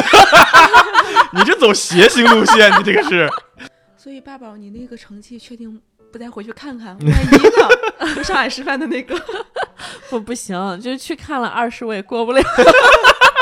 [laughs] 你这走邪行路线，你这个是。所以爸宝，你那个成绩确定不再回去看看？万一 [laughs] 呢？就上海师范的那个，我 [laughs] 不行，就是去看了二十我也过不了。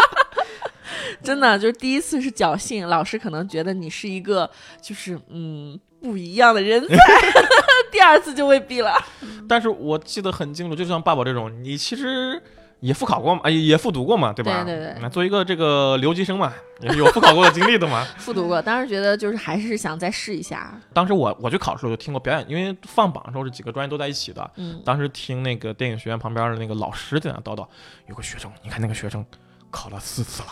[laughs] 真的，就是第一次是侥幸，老师可能觉得你是一个就是嗯不一样的人才， [laughs] 第二次就未必了。 [laughs] 但是我记得很清楚，就像爸宝这种，你其实也复考过嘛，哎，也复读过嘛，对吧？对对对那作为一个这个留级生嘛，也是有复考过的经历的嘛。 [laughs] 复读过，当时觉得就是还是想再试一下，当时我我去考试的时候就听过表演，因为放榜的时候是几个专业都在一起的。嗯，当时听那个电影学院旁边的那个老师在那叨叨，有个学生，你看那个学生考了四次了，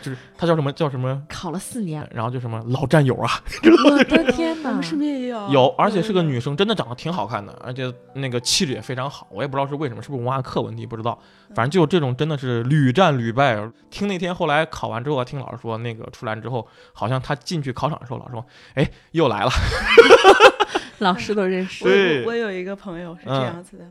就是他叫什么叫什么，，考了四 [laughs] 年然后就什么老战友啊，我的天我哪们！身边也有有，而且是个有有有女生，真的长得挺好看的，而且那个气质也非常好。我也不知道是为什么，是不是文化课问题，不知道。反正就有这种真的是屡战屡败。听那天后来考完之后，听老师说，那个出来之后，好像他进去考场的时候，老师说：“哎，又来了。 [laughs] 老师都认识我，对有我有一个朋友是这样子的，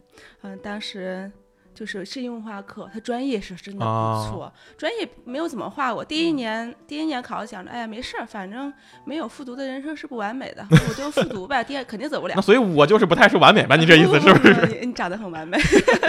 嗯、当时就是是英文化课，他专业是真的不啊错，专业没有怎么画过。第一嗯年第一年考想着，哎呀没事儿，反正没有复读的人生是不完美 [laughs] 的，我就复读吧，第二肯定走不”了那。所以我就是不太是完美啊吧？你这意思是不 [laughs] 是？是？你长得很完美。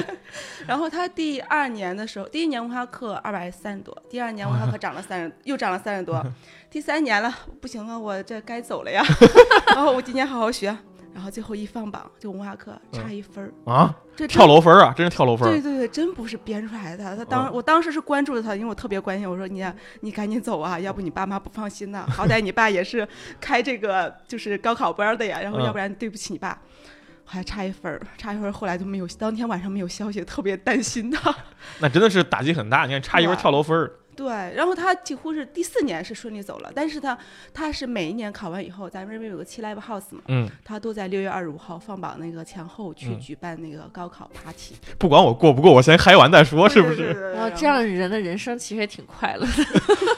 [laughs] 然后他第二年的时候，第一年文化课二百三十多，第二年文化课涨了三十，又涨了三十多，第三年了，不行啊，我这该走了呀。 [laughs] 然后我今年好好学，然后最后一放榜，就文化课差一分儿，啊，这真跳。楼分儿啊，真是跳楼分对儿。对对，真不是编出来的。他当、嗯我当时是关注着他，因为我特别关心。我说你呀你赶紧走啊，要不你爸妈不放心呐、好歹你爸也是开这个就是高考班的呀，然后嗯要不然对不起你爸。好像差一分儿，差一分儿，后来就没有，当天晚上没有消息，特别担心他。 [laughs] 那真的是打击很大。你看，差一分对跳楼分儿，对，然后他几乎是第四年是顺利走了，但是他他是每一年考完以后，咱们这边有个七 live house 嘛，嗯，他都在六月二十五号放榜那个前后去嗯举办那个高考 party，、不管我过不过，我先嗨完再说，是不对是？？对哇，哦这。样人的人生其实也挺快乐的。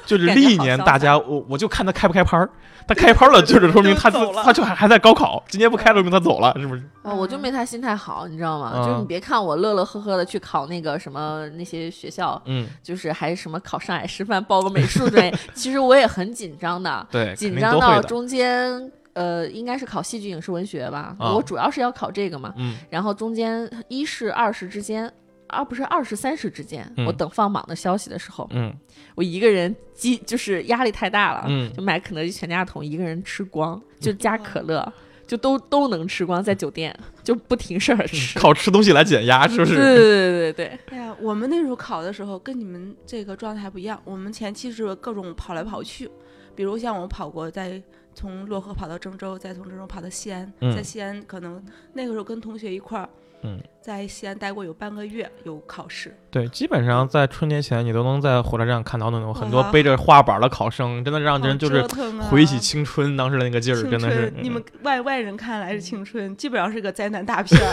就是感觉历好年潇大洒家，我我就看他开不开拍儿，他开拍儿了，就是说明他就自走了他就还还在高考，今年不开了，说明他走了，是不是？哇，哦我就没他心态好，你知道吗？嗯就是你别看我乐乐呵呵的去考那个什么那些学校，嗯，就是还什么考上海师范报个美 [laughs] 术专业，其实我也很紧张的，对，哎紧肯定张都到会的。中间呃应该是考戏剧影视文学吧，啊我主要是要考这个嘛，嗯，然后中间一是二十之间。啊，不是二十三十之间，嗯我等放榜的消息的时候，嗯我一个人饥就是压力太大了，嗯就买肯德基全家桶，一个人吃光，就加可乐，就都都能吃光，在酒店就不停事儿吃，嗯靠吃东西来减压，是不对是？对对对对，哎呀，我们那时候考的时候跟你们这个状态不一样，我们前期是各种跑来跑去，比如像我们跑过在。从漯河跑到郑州，再从郑州跑到西安，嗯在西安可能那个时候跟同学一块儿，嗯，在西安待过有半个月，有考试，对，基本上在春节前，你都能在火车站看到那种很多哇背着画板的考生，真的让人就是好折腾啊回忆起青春当时的那个劲儿，青真的是嗯 [laughs] 春。你们外外人看来是青春，基本上是个灾难大片儿。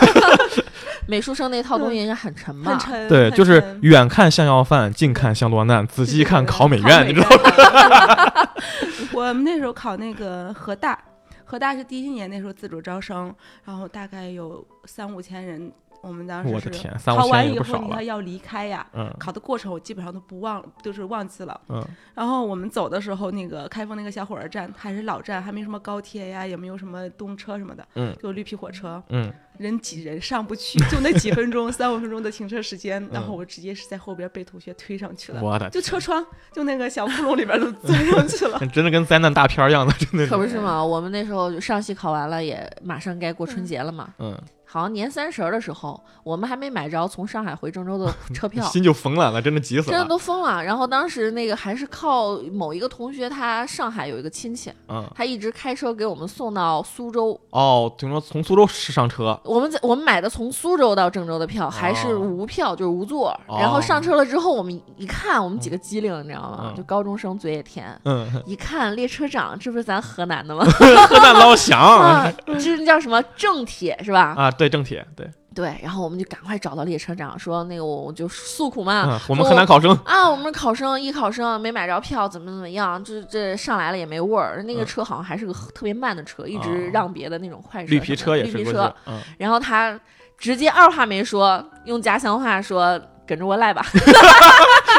美术生那套东西应该很沉吧？很沉，对，很就是沉远看像要饭，近看像落难，仔细看考美院，你知道吗？吗？ [laughs] 我们那时候考那个河大，河大是第一年那时候自主招生，然后大概有三五千人。我们当时我的是天，三考五完千也以不后少你了还。要离开呀。嗯考的过程我基本上都不忘，就是忘记了。嗯，然后我们走的时候，那个开封那个小火车站还是老站，还没什么高铁呀，也没有什么动车什么的，嗯就绿皮火车，嗯，人挤人上不去，就那几分钟、三五分钟的停车时间，嗯然后我直接是在后边被同学推上去了，我的天，就车窗，就那个小窟窿里 [laughs] 边都钻上去了。真的跟灾难大片儿一样的， [laughs] 真的是。可不是嘛，我们那时候就上戏考完了，也马上该过春节了嘛。嗯，好像年三十儿的时候，我们还没买着从上海回郑州的 [laughs] 车票，心就缝懒了，真的急死真的了。都疯了。然后当时那个还是靠某一个同学，他上海有一个亲戚，嗯，他一直开车给我们送到苏州。哦，听说从苏州市上车，我们在我们买的从苏州到郑州的票还是无票，就是无座。哦然后上车了之后，我们一看，我们几个机灵，你知道吗？嗯就高中生嘴也甜。 [laughs] 嗯，一看列车长，这不是咱河南 [laughs] 的吗？河南老乡啊，这叫什么正铁是吧？啊，对，正铁，对，对，然后我们就赶快找到列车长，说那个我我就诉苦嘛。嗯，我们河南考生，啊，我们考生一考生没买着票，怎么怎么样？这这上来了也没味儿。那个嗯车好像还是个特别慢的车，一直哦让别的那种快车什绿么的。皮车也是绿皮不车是，？嗯，然后他直接二话没说，用家乡话说：“跟着我来吧。”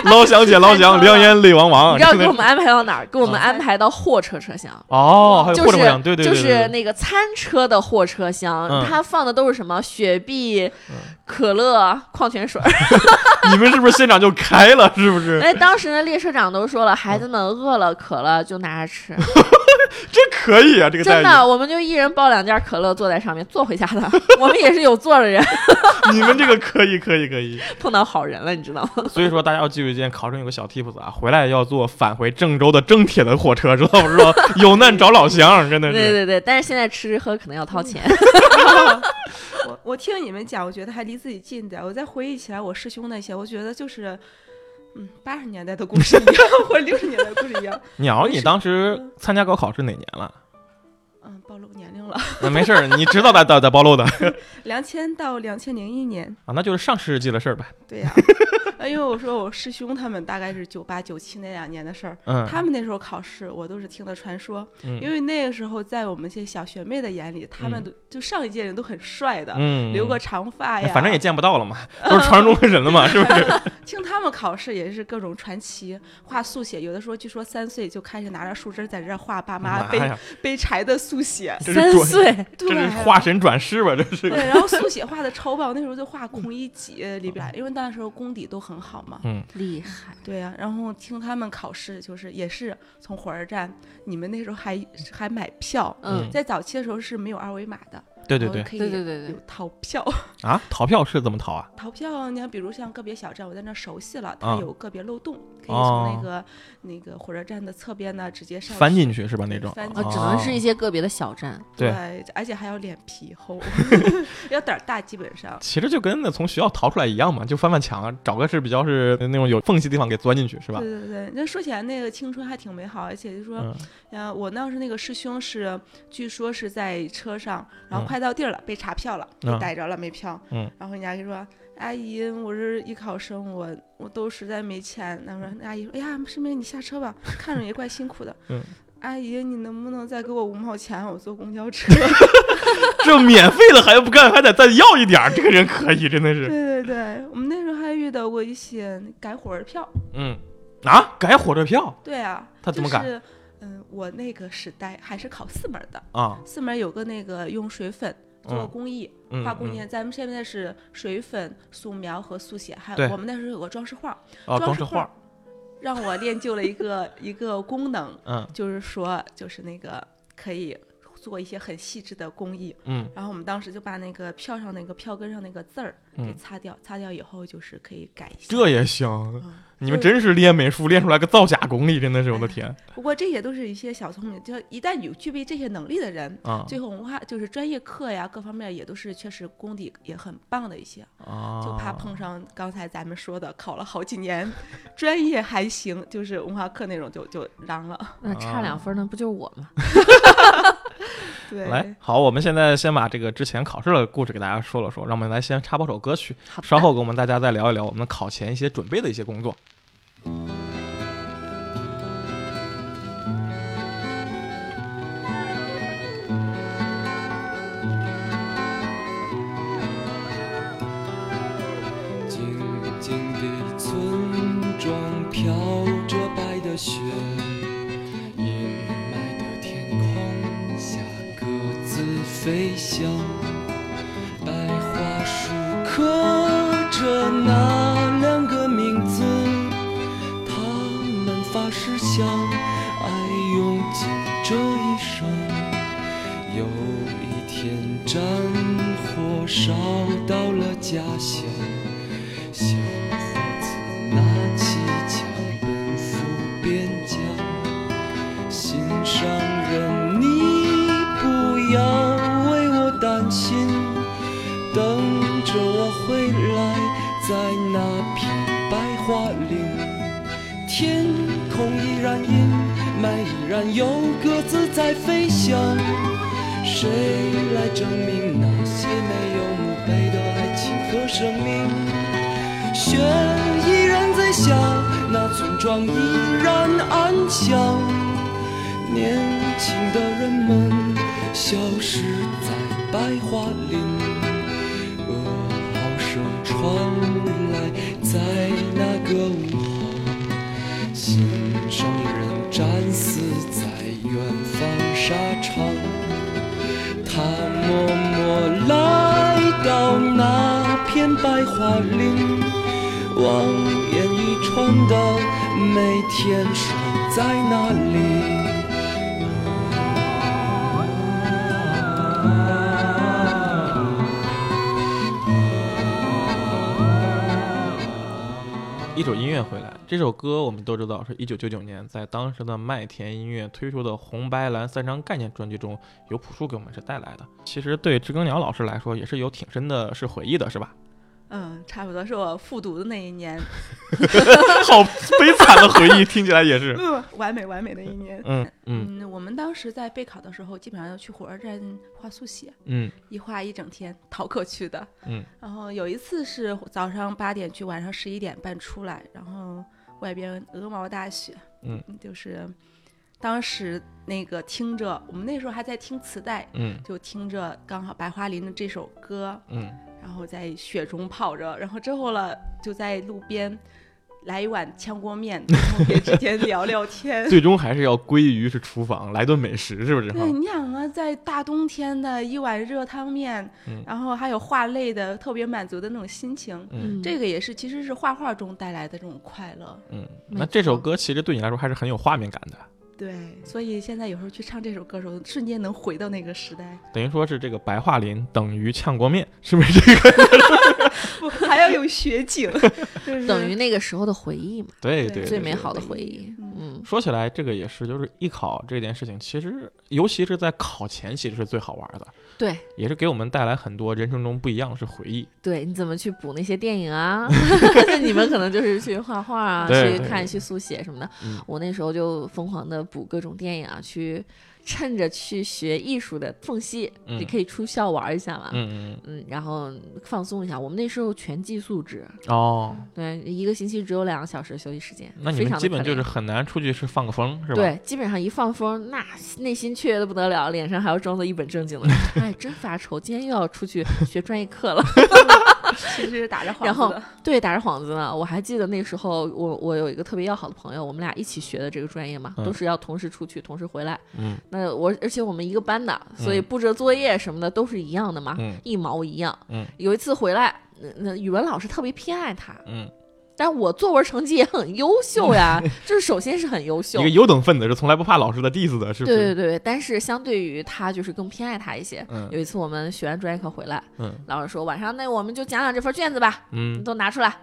老 [laughs] 乡姐，老乡，两眼泪汪你汪，知道真给我的。们安排到哪儿？给我们安排到货车车厢。哦，还有就哦货是车长，对对对，对就是对那个餐车的货车厢，嗯它放的都是什么雪碧、可乐、矿泉水儿。你们是不是现场就开了？是不是？ [laughs] 哎，当时那列车长都说了，孩子们饿了、渴了就拿着吃，这可以啊，这个待真遇。的，我们就一人抱两件可乐坐在上面，坐回家 [laughs] 的。我们也是有座的人，你们这个可以，可以，可以。碰到好人了，你知道吗？所以说，大家要记住一件考生有个小 tips 啊，回来要坐返回郑州的正铁的火车，知道不知道？有难找老乡，真的嗯对是。对对，但是现在吃吃喝可能要掏钱。 [laughs] 我我听你们讲，我觉得还离自己近点。我再回忆起来我师兄那些，我觉得就是，嗯，八十年代的故事一样，或者六十年代的故事一样。鸟，你当时参加高考是哪年了？嗯，暴露年龄了，那没事儿，你知道在在在暴露的啊，两千到两千零一年。那就是上世纪的事儿呗。对呀、呃因为我说我师兄他们大概是九八九七那两年的事儿，嗯，他们那时候考试我都是听的传说，因嗯为那个时候在我们这些小学妹的眼里，他们嗯都、就上一届人都很帅的，嗯，呃留个长发呀，反正也见不到了嘛，都是传说中的人了嘛， [laughs] 是不是？听他们考试也是各种传奇，画速写，有的时候据说三岁就开始拿着树枝在这儿画爸妈背、呀，背柴的速写，这三是转，岁，这对，是化神转世吧？这 [laughs] 是对，然后速写画的超棒，那时候就画孔乙己嗯里边，因为那时候功底都很好嘛。厉害。对呀、然后听他们考试，就是也是从火车站，你们那时候还还买票，嗯，在早期的时候是没有二维码的，对对然对后可对对以对有对，逃票，啊！逃票是怎么逃啊？逃票你看，比如像个别小站，我在那熟悉了，啊哦它有个别漏洞，可以从那个、那个火车站的侧边呢直接上翻去进去是吧？那种翻进哦，去只能是一些个别的小站。对对，而且还要脸皮 [laughs] 厚，要胆儿大，基本上。其实就跟那从学校逃出来一样嘛，就翻翻墙，啊找个是比较是那种有缝隙的地方给钻进去，是吧对？对对，那说起来那个青春还挺美好，而且就说，嗯呃，我当时那个师兄是，据说是在车上，然嗯后快到地儿了，被查票了，嗯被逮着了，没票。嗯然后人家就说：“阿姨，我是艺考生，我我兜实在没钱。”他说：“那阿姨说，哎呀，师妹你下车吧，看着也怪辛苦的。嗯 [laughs] 阿姨，你能不能再给我五毛钱？我坐公交车。这免费的还不干，还得再要一点儿，这个人可以，真的 [laughs] 对是。对对，我们那时候还遇到过一些改火车票。嗯，啊，改火车票对啊，他怎么改就是嗯，我那个时代还是考四门儿的，啊，四门儿有个那个用水粉做嗯工艺，嗯画工嗯艺，咱们现在是水粉、素描和速写，还对有我们那时候有个装饰画，哦，装饰饰画画，让我练就了一个一个功能，嗯就是说就是那个可以做一些很细致的工艺。嗯，然后我们当时就把那个票上那个票根上那个字儿给擦掉，擦掉以后就是可以改一下。嗯这也行。嗯你们真是练美术练出来个造假功力，真的是我的天不过这些都是一些小聪明，就一旦有具备这些能力的人，啊最后文化 [laughs] 就是专业课呀，各方面也都是确实功底也很棒的一些。啊！就怕碰上刚才咱们说的考了好几年，专业还行，就是文化课那种就就嚷了。哦那差两分儿，那不就是我吗？对，来，好，我们现在先把这个之前考试的故事给大家说了说，让我们来先插播首歌曲，好的稍后跟我们大家再聊一聊我们考前一些准备的一些工作。静静的村庄飘着白的雪，阴霾的天空下各自飞翔。白桦树刻着那两个名字，他们发誓相爱，用尽这一生。有一天战火烧到了家乡，小伙子拿起枪奔赴边疆。心上人，你不要为我担心，等着我回来，在那片白桦林。天空依然阴霾，依然有鸽子在飞翔。谁来证明那些没有墓碑的爱情和生命？雪依然在下，那村庄依然安详。年轻的人们消失在白桦林。噩耗声传来，在那个午后，心上人战死在远方沙场。他默默来到那片白桦林，望眼欲穿的每天守在那里。一首音乐回来，这首歌我们都知道是一九九九年在当时的麦田音乐推出的《红白蓝三张概念》专辑中由朴树给我们是带来的。其实对知更鸟老师来说也是有挺深的是回忆的，是吧？嗯，差不多是我复读的那一年，好悲惨的回忆，听起来也是。嗯，完美完美的一年。嗯嗯嗯，我们当时在备考的时候，基本上要去火车站画速写，嗯一画一整天，逃课去的。嗯，然后有一次是早上八点去，晚上十一点半出来，然后外边鹅毛大雪，嗯，就是当时那个听着，我们那时候还在听磁带，嗯就听着刚好白桦林的这首歌，嗯然后在雪中泡着，然后之后了就在路边来一碗炝锅面，然后别之间聊聊天 [laughs] 嗯，。 [laughs] 最终还是要归于是厨房，来顿美食，是不是？哈嗯对，你想啊，在大冬天的一碗热汤面，嗯然后还有画类的特别满足的那种心情，嗯嗯这个也是其实是画画中带来的这种快乐。嗯，没那这首错歌其实对你来说还是很有画面感的，对，所以现在有时候去唱这首歌的时候，瞬间能回到那个时代。 [laughs] 等于说是这个白桦林等于炝锅面，是不是这个？不，还要有雪景， [laughs] 就是等于那个时候的回忆嘛，对对对，最对美对好的回忆。嗯嗯，说起来，这个也是，就是艺考这件事情，其实尤其是在考前，其实是最好玩的，对也是给我们带来很多人生中不一样的是回忆。对，你怎么去补那些电 [laughs] 影啊？ [laughs] 你们可能就是去画画啊，对去对看、对去速写什么的嗯。我那时候就疯狂的补各种电影啊，去趁着去学艺术的缝隙，嗯你可以出校玩一下嘛。嗯嗯嗯，然后放松一下。我们那时候全寄宿制，嗯。哦，对，一个星期只有两个小时休息时间，那你非们常基的可本就怜是很难出去是放个风，是吧？。对，基本上一放风，那内心雀跃的不得了，脸上还要装作一本正经的， [laughs] 哎，真发愁，今天又要出去学专业课了。其实打着然幌后子的，对，打着幌子呢。我还记得那时候我，我有一个特别要好的朋友，我们俩一起学的这个专业嘛，都嗯是要同时出去，同时回来。嗯那我而且我们一个班的，所以嗯布置的作业什么的都是一样的嘛，嗯一毛一样。嗯有一次回来，那那语文老师特别偏爱他，嗯，但我作文成绩也很优秀呀，就是首先是很优秀一个，优等分子是从来不怕老师的 diss 的，是不对是？对对，但是相对于他，就是更偏爱他一些。嗯有一次我们学完专业课回来，嗯老师说晚上那我们就讲讲这份卷子吧，你嗯，都拿出来，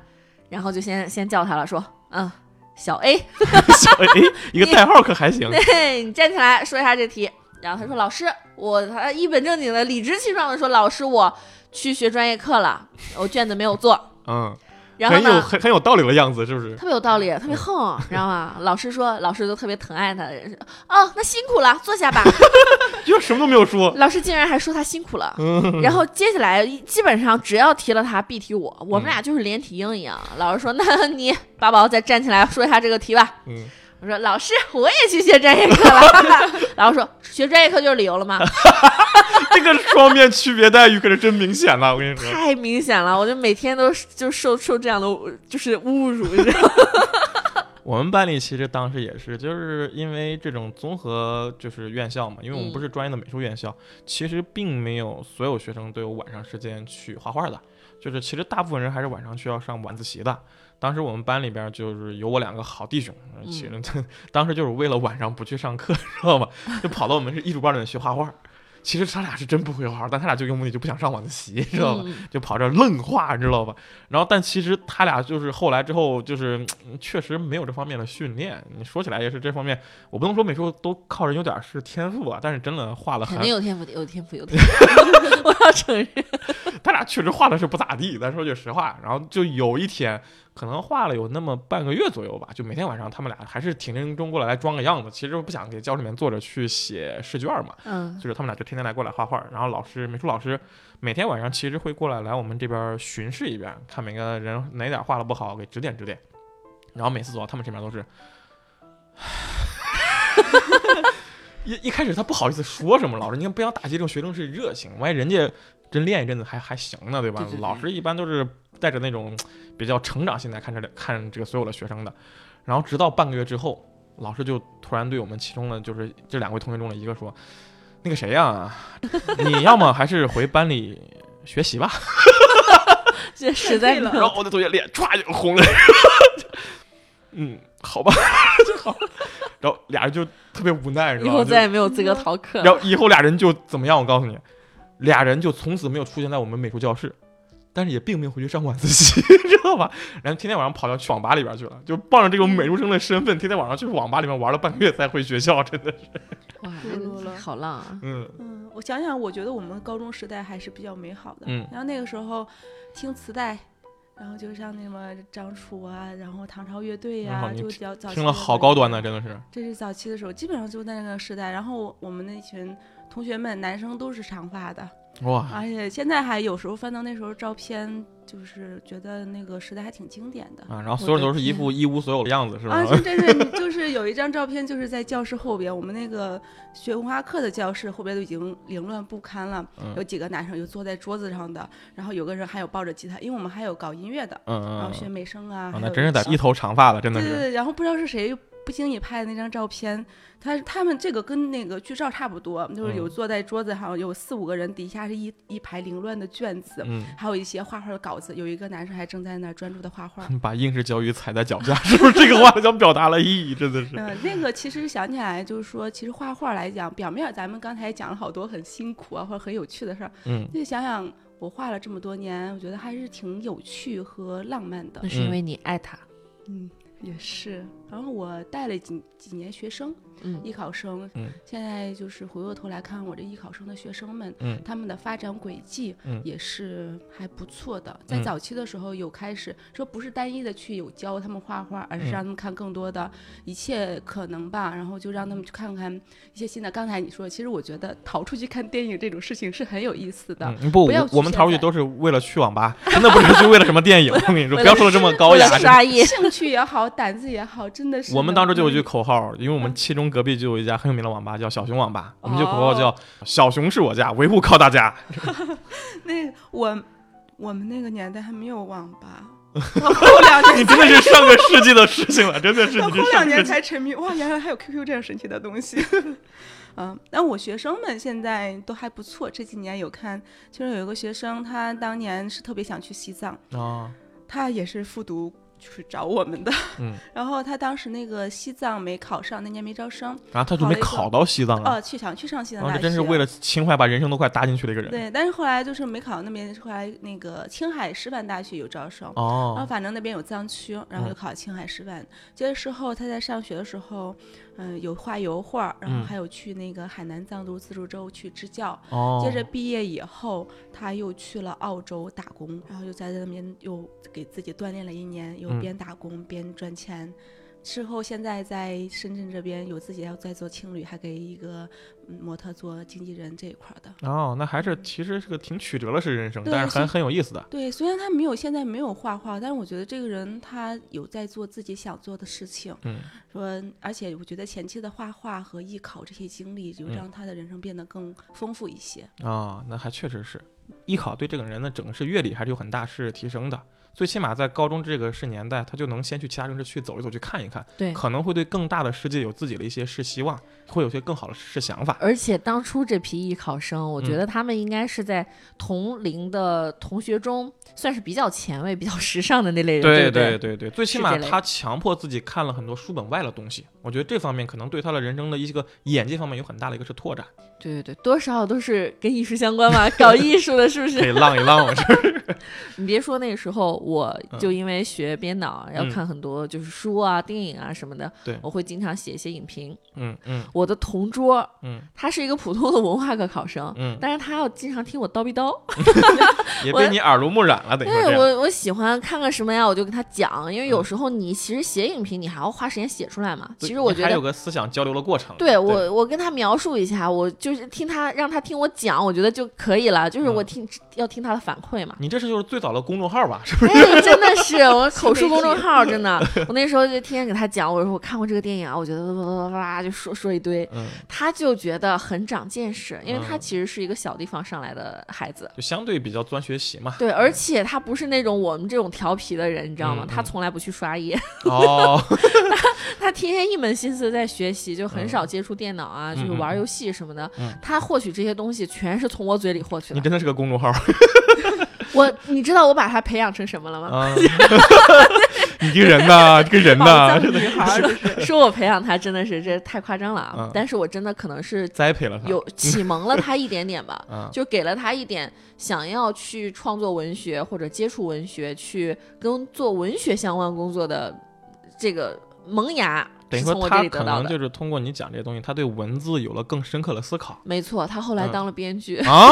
然后就先先叫他了，说嗯，小 A，小 A 哎一个代号可还行。 [laughs] 对你站起来说一下这题。然后他说老师，我他一本正经的、理直气壮的说老师，我去学专业课了，我卷子没有做。嗯然后很有呢，很很有道理的样子，是不是？特别有道理，特别横，知道吗？老师说，老师都特别疼爱他。哦，那辛苦了，坐下吧。就什么都没有 [laughs] 说，老师竟然还说他辛苦了。嗯然后接下来基本上只要提了他，必提我，我嗯们俩就是连体婴一样。老师说：“那你八宝再站起来说一下这个题吧。”嗯，我说老师，我也去学专业课了。 [laughs] 老师说学专业课就是理由了吗？嗯这个双面区别待遇可是真明显了，我跟你说。太明显了，我就每天都是就受受这样的就是侮辱，你知道吗？我们班里其实当时也是，就是因为这种综合就是院校嘛，因为我们嗯不是专业的美术院校，其实并没有所有学生都有晚上时间去画画的，就是其实大部分人还是晚上需要上晚自习的。当时我们班里边就是有我两个好弟兄，呃其实 [laughs] 当时就是为了晚上不去上课， [laughs] 知道吗？就跑到我们是艺术班里面学画画。其实他俩是真不会画画，但他俩就因为就不想上晚自习，知道吧？嗯就跑这儿愣画，知道吧？然后，但其实他俩就是后来之后，就是嗯确实没有这方面的训练。你说起来也是这方面，我不能说美术都靠人有点儿是天赋啊，但是真的画的很 [laughs] 肯，定有天赋，有天赋，有天赋， [laughs] 我要承认。他俩确实画的是不咋地。咱说句实话，然后就有一天，可能画了有那么半个月左右吧，就每天晚上他们俩还是挺认真过来来装个样子，其实不想给教室里面坐着去写试卷嘛。嗯就是他们俩就天天来过来画画，然后老师美术老师每天晚上其实会过来来我们这边巡视一遍，看每个人哪点画的不好，给指点指点。然后每次走到他们这边都是， [laughs] 一一开始他不好意思说什么，老师您不要打击这种学生是热情，万一人家真练一阵子还还行呢，对吧？对对对老师一般都是带着那种比较成长心态看这里看这个所有的学生的。然后直到半个月之后，老师就突然对我们其中的就是这两位同学中的一个说：“那个谁呀、你要么还是回班里学习吧。这实在太”然后我的同学脸歘就红了。嗯，好 [laughs] 吧，就好。然后俩人就特别无奈，你知以道吗？后就再也没有资格逃课然。后以后俩人就怎么样？我告诉你，俩人就从此没有出现在我们美术教室，但是也并没有回去上晚自习， [laughs] 知道吧？然后天天晚上跑到去网吧里边去了，就傍着这种美术生的身份，天天晚上去网吧里面玩了半个月才回学校，真的是，哇露了，好浪啊！嗯嗯，我想想，我觉得我们高中时代还是比较美好的。嗯然后那个时候听磁带，然后就像那什么张楚啊，然后唐朝乐队呀、嗯好你就比较早期听了好高端的，这真的是，这是早期的时候，基本上就在那个时代。然后我们那群同学们，男生都是长发的，哇，而且现在还有时候翻到那时候照片，就是觉得那个时代还挺经典的。啊，然后所有人都是一副一无所有的样子，是吧嗯 [laughs] 啊，？真真是，你就是有一张照片，就是在教室后边，我们那个学文化课的教室后边都已经凌乱不堪了。嗯有几个男生就坐在桌子上的，然后有个人还有抱着吉他，因为我们还有搞音乐的，嗯然嗯后学嗯，美声啊，啊还那有真是得小一头长发了，真的对对是，对，然后不知道是谁不经意拍的那张照片，他他们这个跟那个剧照差不多，就是有嗯坐在桌子上，有四五个人，底下是一一排凌乱的卷子，嗯。还有一些画画的稿子，有一个男生还正在那儿专注的 [laughs] 画画。把应试教育踩在脚下，是不是这个话想表达的意义？真 [laughs] 的是，嗯，那个其实想起来就是说，其实画画来讲，表面咱们刚才讲了好多很辛苦啊，或者很有趣的事儿，嗯，那想想我画了这么多年，我觉得还是挺有趣和浪漫的那。是因为你爱他。嗯，也是。然后我带了几几年学生，嗯艺考生，嗯现在就是回过头来看我这艺考生的学生们，嗯他们的发展轨迹嗯也是还不错的。在嗯早期的时候有开始说不是单一的去有教他们画画，而是嗯让他们看更多的一切可能吧，然后就让他们去看看一些新的。刚才你说，其实我觉得逃出去看电影这种事情是很有意思的。嗯，不，不要我局我们限逃出去在都是为了去网吧，真的不是去为了什么电影。我跟 [laughs] 你说，不为了要说的这么高为了雅。刷夜，兴趣也好，胆子也好，真的是我们当时就有一句能口号，因为我们七中隔壁就有一家很有名的网吧，叫小熊网吧，我们就口号哦叫“小熊是我家，维护靠大家那我我们那个年代还没有网吧， [laughs] 我后两”。你年真的是上个世纪的事情了，真的是到你后这上两个世年纪。才沉迷，哇，原来还有 QQ 这样神奇的东西。 [laughs] 嗯，但我学生们现在都还不错，这几年有看，其中有一个学生，他当年是特别想去西藏，啊，他也是复读去找我们的。嗯， [laughs] 然后他当时那个西藏没考上，那年没招生，然后他就没考到西藏啊，哦，去想去上西然藏后大这学，啊真是为了情怀把人生都快搭进去的一个人。对，但是后来就是没考到那边，后来那个青海师范大学有招生，然后哦，反正那边有藏区，然后就嗯考青海师范。结束之后，他在上学的时候，嗯、有画油画，然后嗯还有去那个海南藏族自治州去支教。哦，接着毕业以后，他又去了澳洲打工，然后又在那边又给自己锻炼了一年，又嗯边打工边赚钱。之后现在在深圳这边有自己要在做青旅，还给一个嗯模特做经纪人这一块儿的。哦，那还是其实是个挺曲折的是人生，对但是所以很很有意思的。对，虽然他没有现在没有画画，但是我觉得这个人他有在做自己想做的事情。嗯，说，而且我觉得前期的画画和艺考这些经历，就嗯让他的人生变得更丰富一些。啊、那还确实是，艺考对这个人的整个是阅历还是有很大是提升的。最起码在高中这个是年代，他就能先去其他城市去走一走，去看一看，对可能会对更大的世界有自己的一些是希望，会有些更好的是想法。而且当初这批艺考生，我觉嗯得他们应该是在同龄的同学中，算是比较前卫、比较时尚的那类人，不对对？对对，最起是码这类他强迫自己看了很多书本外的东西，我觉得这方面可能对他的人生的一些个眼界方面有很大的一个是 [laughs] 拓展，对对对，多少都是跟艺术相关嘛，搞艺术的是不可是？以浪一浪，我这你别说那时候，我就因为学编导，要嗯看很多就是书啊、电影啊什么的，对我会经常写一些影评。嗯嗯我的同桌，嗯他是一个普通的文化课考生，嗯，但是他要经常听我叨逼叨。也我被你耳濡目染了，等于说这对样，嗯我，我喜欢看看什么呀，我就跟他讲，因为有时候你其实写影评，你还要花时间写出来嘛。其实我觉还有得，个思想交流的过程，对我，我跟他描述一下，我就是听他让他听我讲，我觉得就可以了，就是我嗯。听、要听他的反馈嘛 [laughs] 你这是就是最早的公众号吧？是不是？哎，真的是我口述媒公众 [laughs] 体号，真的，我那时候就天天给他讲，我说我看过这个电影啊，我觉得哇哇哇哇就说说一堆，嗯，他就觉得很长见识，因为他嗯其实是一个小地方上来的孩子，就相对比较钻学习 [laughs] 嘛。对，而且他不是那种我们这种调皮的人，你知道吗？嗯他嗯从来不去刷夜，哦，他天天一门心思在学习，就很嗯少接触电脑啊，就嗯是嗯玩嗯游戏什么的。嗯他获取这些东西全是从我嘴里获取你的。真的是个公众号我，你知道我把他培养成什么了 [laughs] 吗？啊！你这个人呐，这个人呐宝，藏女孩儿就是 [laughs] 说我培养他真的是这太夸张了啊！嗯但是我真的可能是栽培了他。，有启蒙了他一点点吧 [laughs] 啊，就给了他一点想要去创作文学或者接触文学，去跟做文学相关工作的这个萌芽，等于是说从我这他里可得到能的。就是通过你讲这些东西，他对文字有了更深刻的思 [laughs] 考没错，他后来嗯当了编剧，啊。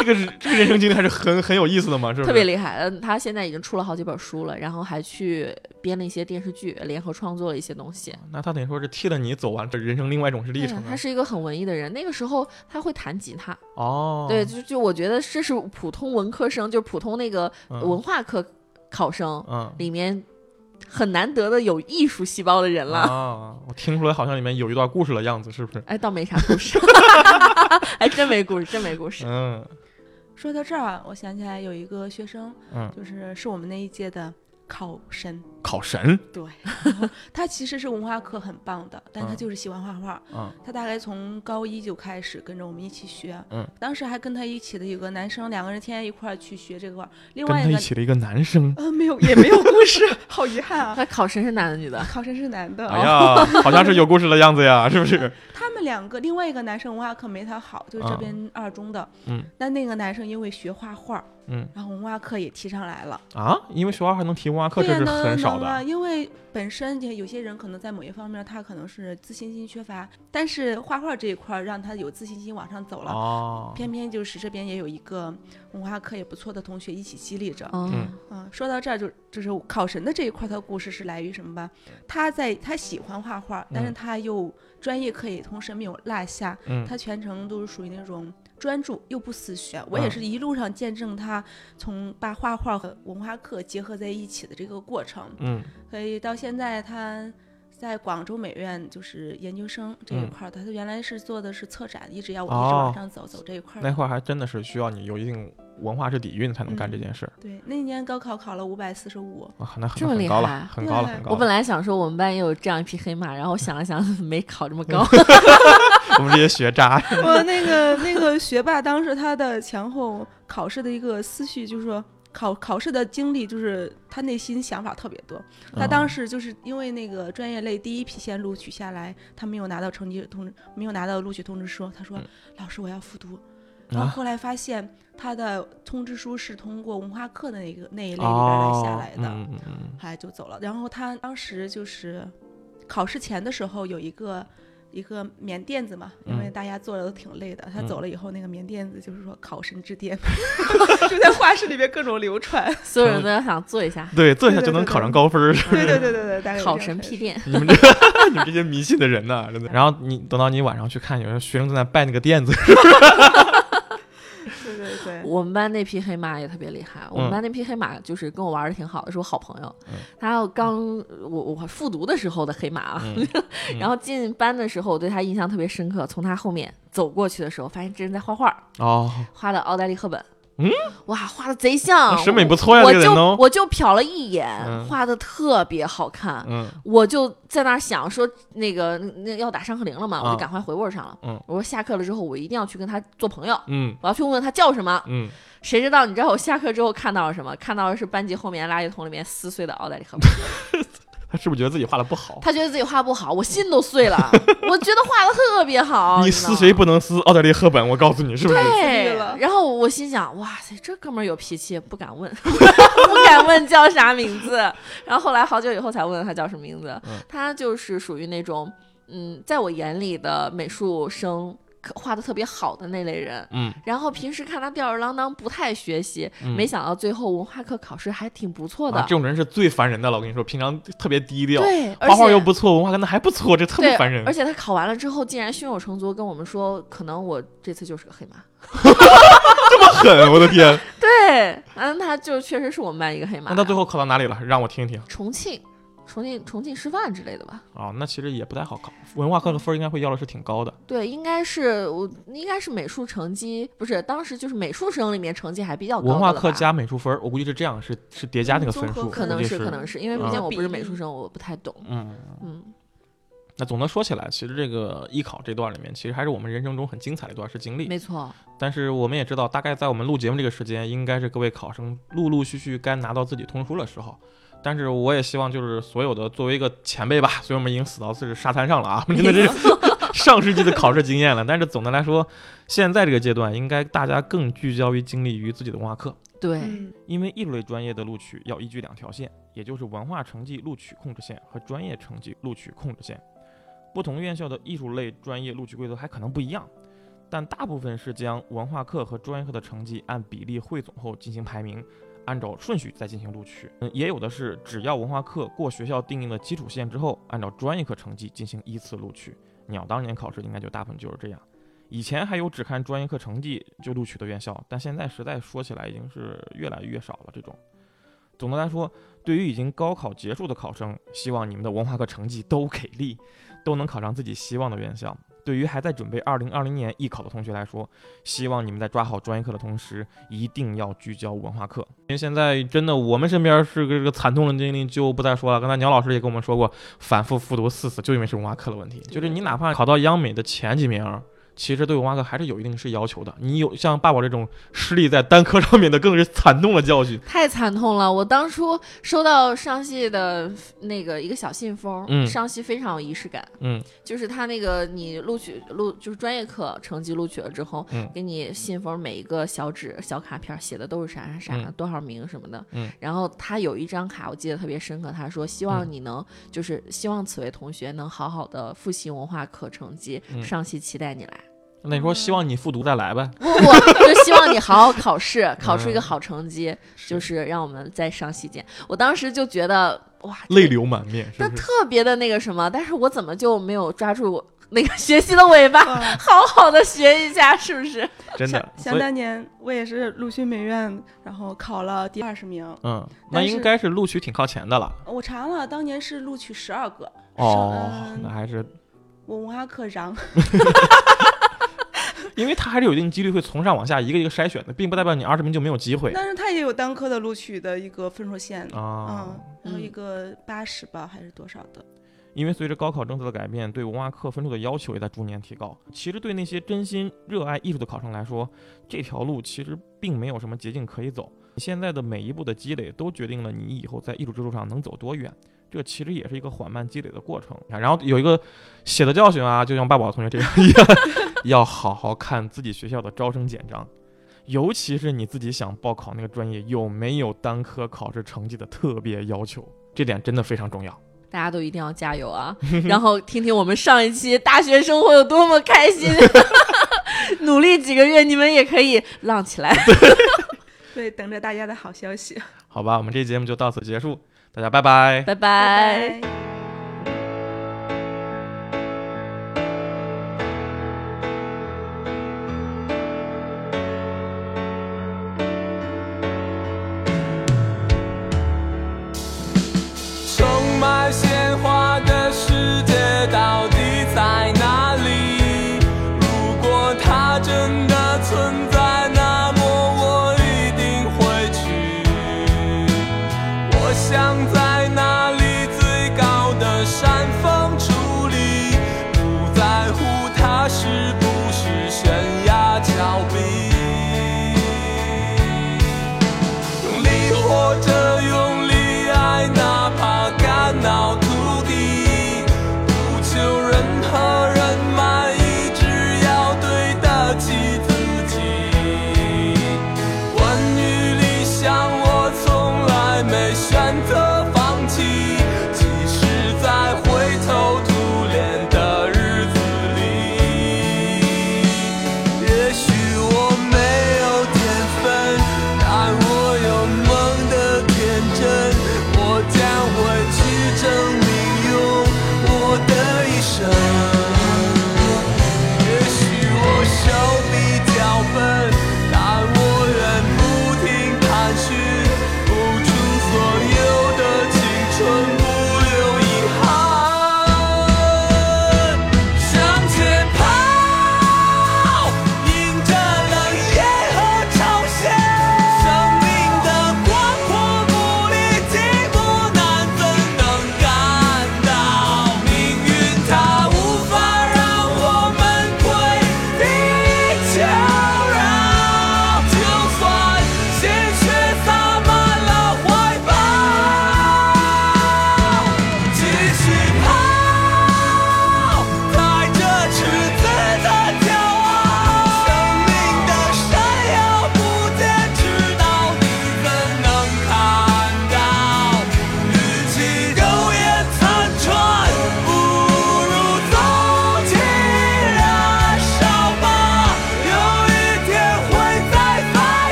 这个是这个人生经历还是很很有意思的嘛，是不是？特别厉害。嗯，他现在已经出了好几本书了，然后还去编了一些电视剧，联合创作了一些东西。那他等于说是替了你走完这人生另外一种是历程对啊哎他。是一个很文艺的人。那个时候他会弹吉他，哦，对，，就就我觉得这是普通文科生，就是普通那个嗯文化课考生嗯。里面很难得的有艺术细胞的人了。啊，我听出来好像里面有一段故事的样子，是不是？ [laughs] 哎，倒没啥 [laughs] 故事，还真没故事，真没故事。嗯说到这儿啊，我想起来有一个学生，嗯，就是是我们那一届的考生，考神，对，然后他其实是文化课很棒的，但他嗯就是喜欢画画。嗯他大概从高一就开始跟着我们一起学，嗯，当时还跟他一起的有个男生，两个人天天一块儿去学这个画。另跟外他一一个，起的一个男 [laughs] 生，呃，没有，也没有故事， [laughs] 好遗憾啊。那考生是男的女的？考生是男的，哎呀，好像是有故事的样子呀，是不是？他们两个，另外一个男生文化课没他好，就是这边二中的，啊嗯，但那个男生因为学画画， [laughs] 嗯，然后文化课也提上来了，啊，因为学校还能提文啊化课，对这呀，是能很少能的啊，。因为本身就有些人可能在某一方面他可能是自信心缺乏，但是画画这一块儿让他有自信心往上走了。哦，偏偏就是这边也有一个文化课也不错的同学一起激励着，哦嗯嗯，说到这儿就就是考神的这一块，他的故事是来于什么吧？他在他喜欢画画，但是嗯他又专业课也同时没有落下，嗯他全程都是属于那种专注又不死学。我也嗯是一路上见证他从把画画和文化课结合在一起的这个过程，嗯，所以到现在他。在广州美院就是研究生这一嗯块儿，他原来是做的是策展，一直要我一直哦往上走，走这一块儿那。会儿还真的是需要你有一定文化是底蕴才能干这件事。对，那年高考考了五百四十五，啊，那很这么很厉高害了，很高了，对很高我本了。来想说我们班也有这样一匹黑马，然后想了想没考这么高。嗯我们这些学 [laughs] 渣，我那个那个学霸，当时他的前后考试的一个思绪就是说，考考试的经历，就是他内心想法特别多。他嗯当时就是因为那个专业类第一批先录取下来，他没有拿到成绩通知，没有拿到录取通知书。他说嗯：“老师，我要复读。”然后啊后来发现他的通知书是通过文化课的那个那一类里边来哦，下来的，嗯嗯嗯后来就走了。然后他当时就是考试前的时候有一个一个棉垫子嘛，因为嗯大家坐着都挺累的。他嗯走了以后，那个棉垫子就是说考神之垫， [laughs] 就在画室里边各种 [laughs] 流传。所有人都要想做一下嗯，对，这下对就对能对考上高分儿。 [laughs] 对对对对对，大概有考这样神的屁垫，你们这你们这些迷信的人呐、真的。然后你等到你晚上去看，有人学生正在拜那个垫 [laughs] 子，对对对， [laughs] 我们班那匹黑马也特别厉害，我们班那匹黑马就是跟我玩的挺好的，是我好朋友。嗯他要刚我我复读的时候的黑马啊，嗯 [laughs] 然后进班的时候我对他印象特别深刻。从他后面走过去的时候，发现这人在画画，哦，画的奥黛丽赫本。嗯，哇，画的贼像，审美不错呀我这个就人哦我就瞟了一眼，嗯画的特别好看。嗯我就在那儿想说，那个那那要打上课铃了嘛，我啊就赶快回窝上了。嗯我说下课了之后，我一定要去跟他做朋友，嗯我要去问问他叫什么。嗯，谁知道你知道我下课之后看到了什么？看到的是班级后面垃圾桶里面撕碎的奥黛丽赫本。他是不是觉得自己画的不好？他觉得自己画不好，我心都 [laughs] 碎了。我觉得画的特别好，你你撕谁不不能撕奥黛丽赫本？我告诉你，是不是？对自律了然后我心想，哇塞，这哥们儿有脾气，不敢问， [laughs] 不敢问叫啥名字。然后后来好久以后才问他叫什么名字，嗯他就是属于那种，嗯，在我眼里的美术生。可画的特别好的那类人，嗯，然后平时看他吊儿郎当，不太学习，嗯没想到最后文化课考试还挺不错的。啊这种人是最烦人的了。我跟你说，平常特别低调，对，而画画且又不错，文化跟他还不错，这特对别烦人而。且他考完了之后，竟然胸有成竹地跟我们说，可能我这次就是个黑马。狠，我的天！ [laughs] 对，嗯，他就确实是我们班一个黑马。那到最后考到哪里了？让我听听。重庆，重庆重庆师范之类的吧？哦，那其实也不太好考，文化课的分儿应该会要的是挺高的。对，应该是我应该是美术成绩不是，当时就是美术生里面成绩还比较高的文化了课吧嗯加美术分儿，我估计是这样，是是叠加那个分综数，合可估能计是可能是因为毕嗯竟我不是美比术例生，我不太懂。嗯。嗯，那总的说起来，其实这个艺考这段里面，其实还是我们人生中很精彩的一段是经历。没错，但是我们也知道，大概在我们录节目这个时间，应该是各位考生陆陆续续该拿到自己通书的时候。但是我也希望，就是所有的作为一个前辈吧， [laughs] 所以我们已经死到是沙滩上了啊，我们真的是上世纪的考试经验了。但是总的来说，现在这个阶段，应该大家更聚焦于精力于自己的文化课，对，嗯，因为艺术类专业的录取要依据两条线，也就是文化成绩录取控制线和专业成绩录取控制线。不同院校的艺术类专业录取规则还可能不一样，但大部分是将文化课和专业课的成绩按比例汇总后进行排名，按照顺序再进行录取。嗯，也有的是只要文化课过学校定定的基础线之后，按照专业课成绩进行依次录取。鸟当年考试应该就大部分就是这样。以前还有只看专业课成绩就录取的院校，但现在实在说起来已经是越来越少了。这种，总的来说，对于已经高考结束的考生，希望你们的文化课成绩都给力，都能考上自己希望的院校。对于还在准备2020年艺考的同学来说，希望你们在抓好专业课的同时，一定要聚焦文化课，因为现在真的我们身边是个这个惨痛的经历就不再说了。刚才鸟老师也跟我们说过，反复复读四次，就因为是文化课的问题，就是你哪怕考到央美的前几名，其实对文化课还是有一定是要求的。你有像爸爸这种失利在单科上面的更是惨痛的教训。太惨痛了！我当初收到上戏的那个一个小信封，嗯上戏非常有仪式感，嗯，就是他那个你录取录就是专业课成绩录取了之后，嗯给你信封每一个小纸小卡片写的都是啥啥啥、嗯多少名什么的，嗯然后他有一张卡我记得特别深刻，他说希望你能、就是希望此位同学能好好的复习文化课成绩，嗯上戏期待你来。那嗯你说希望你复读再来呗？不不，就希望你好好考试，考出一个嗯好成绩，就是让我们再上戏见。我当时就觉得哇，这泪流满面，是那不是？特别的那个什么，但是我怎么就没有抓住我那个学习的尾巴，哇 [laughs] 好好的学一下，是不是？真的所想，哦想以当年我也是鲁迅美院，然后考了第二十名。嗯，那但是应该是录取挺靠前的了。我查了，当年是录取十二个。哦是，那嗯还是我文化课嚷，因为它还是有一定几率会从上往下一个一个筛选的，并不代表你二十名就没有机会但是他也有单科的录取的一个分数线，啊嗯。，然后一个八十吧还是多少的，因为随着高考政策的改变，对文化课分数的要求也在逐年提高。其实对那些真心热爱艺术的考生来说，这条路其实并没有什么捷径可以走。你现在的每一步的积累，都决定了你以后在艺术之路上能走多远。这其实也是一个缓慢积累的过程。然后有一个写的教训啊，就像八宝同学这样一样， [laughs] 要好好看自己学校的招生简章，尤其是你自己想报考那个专业有没有单科考试成绩的特别要求，这点真的非常重要。大家都一定要加油啊！然后听听我们上一期大学生活有多么开心，努力几个月，你们也可以浪起来。对，等着大家的好消息，好吧，我们这期节目就到此结束，大家拜拜。拜拜拜。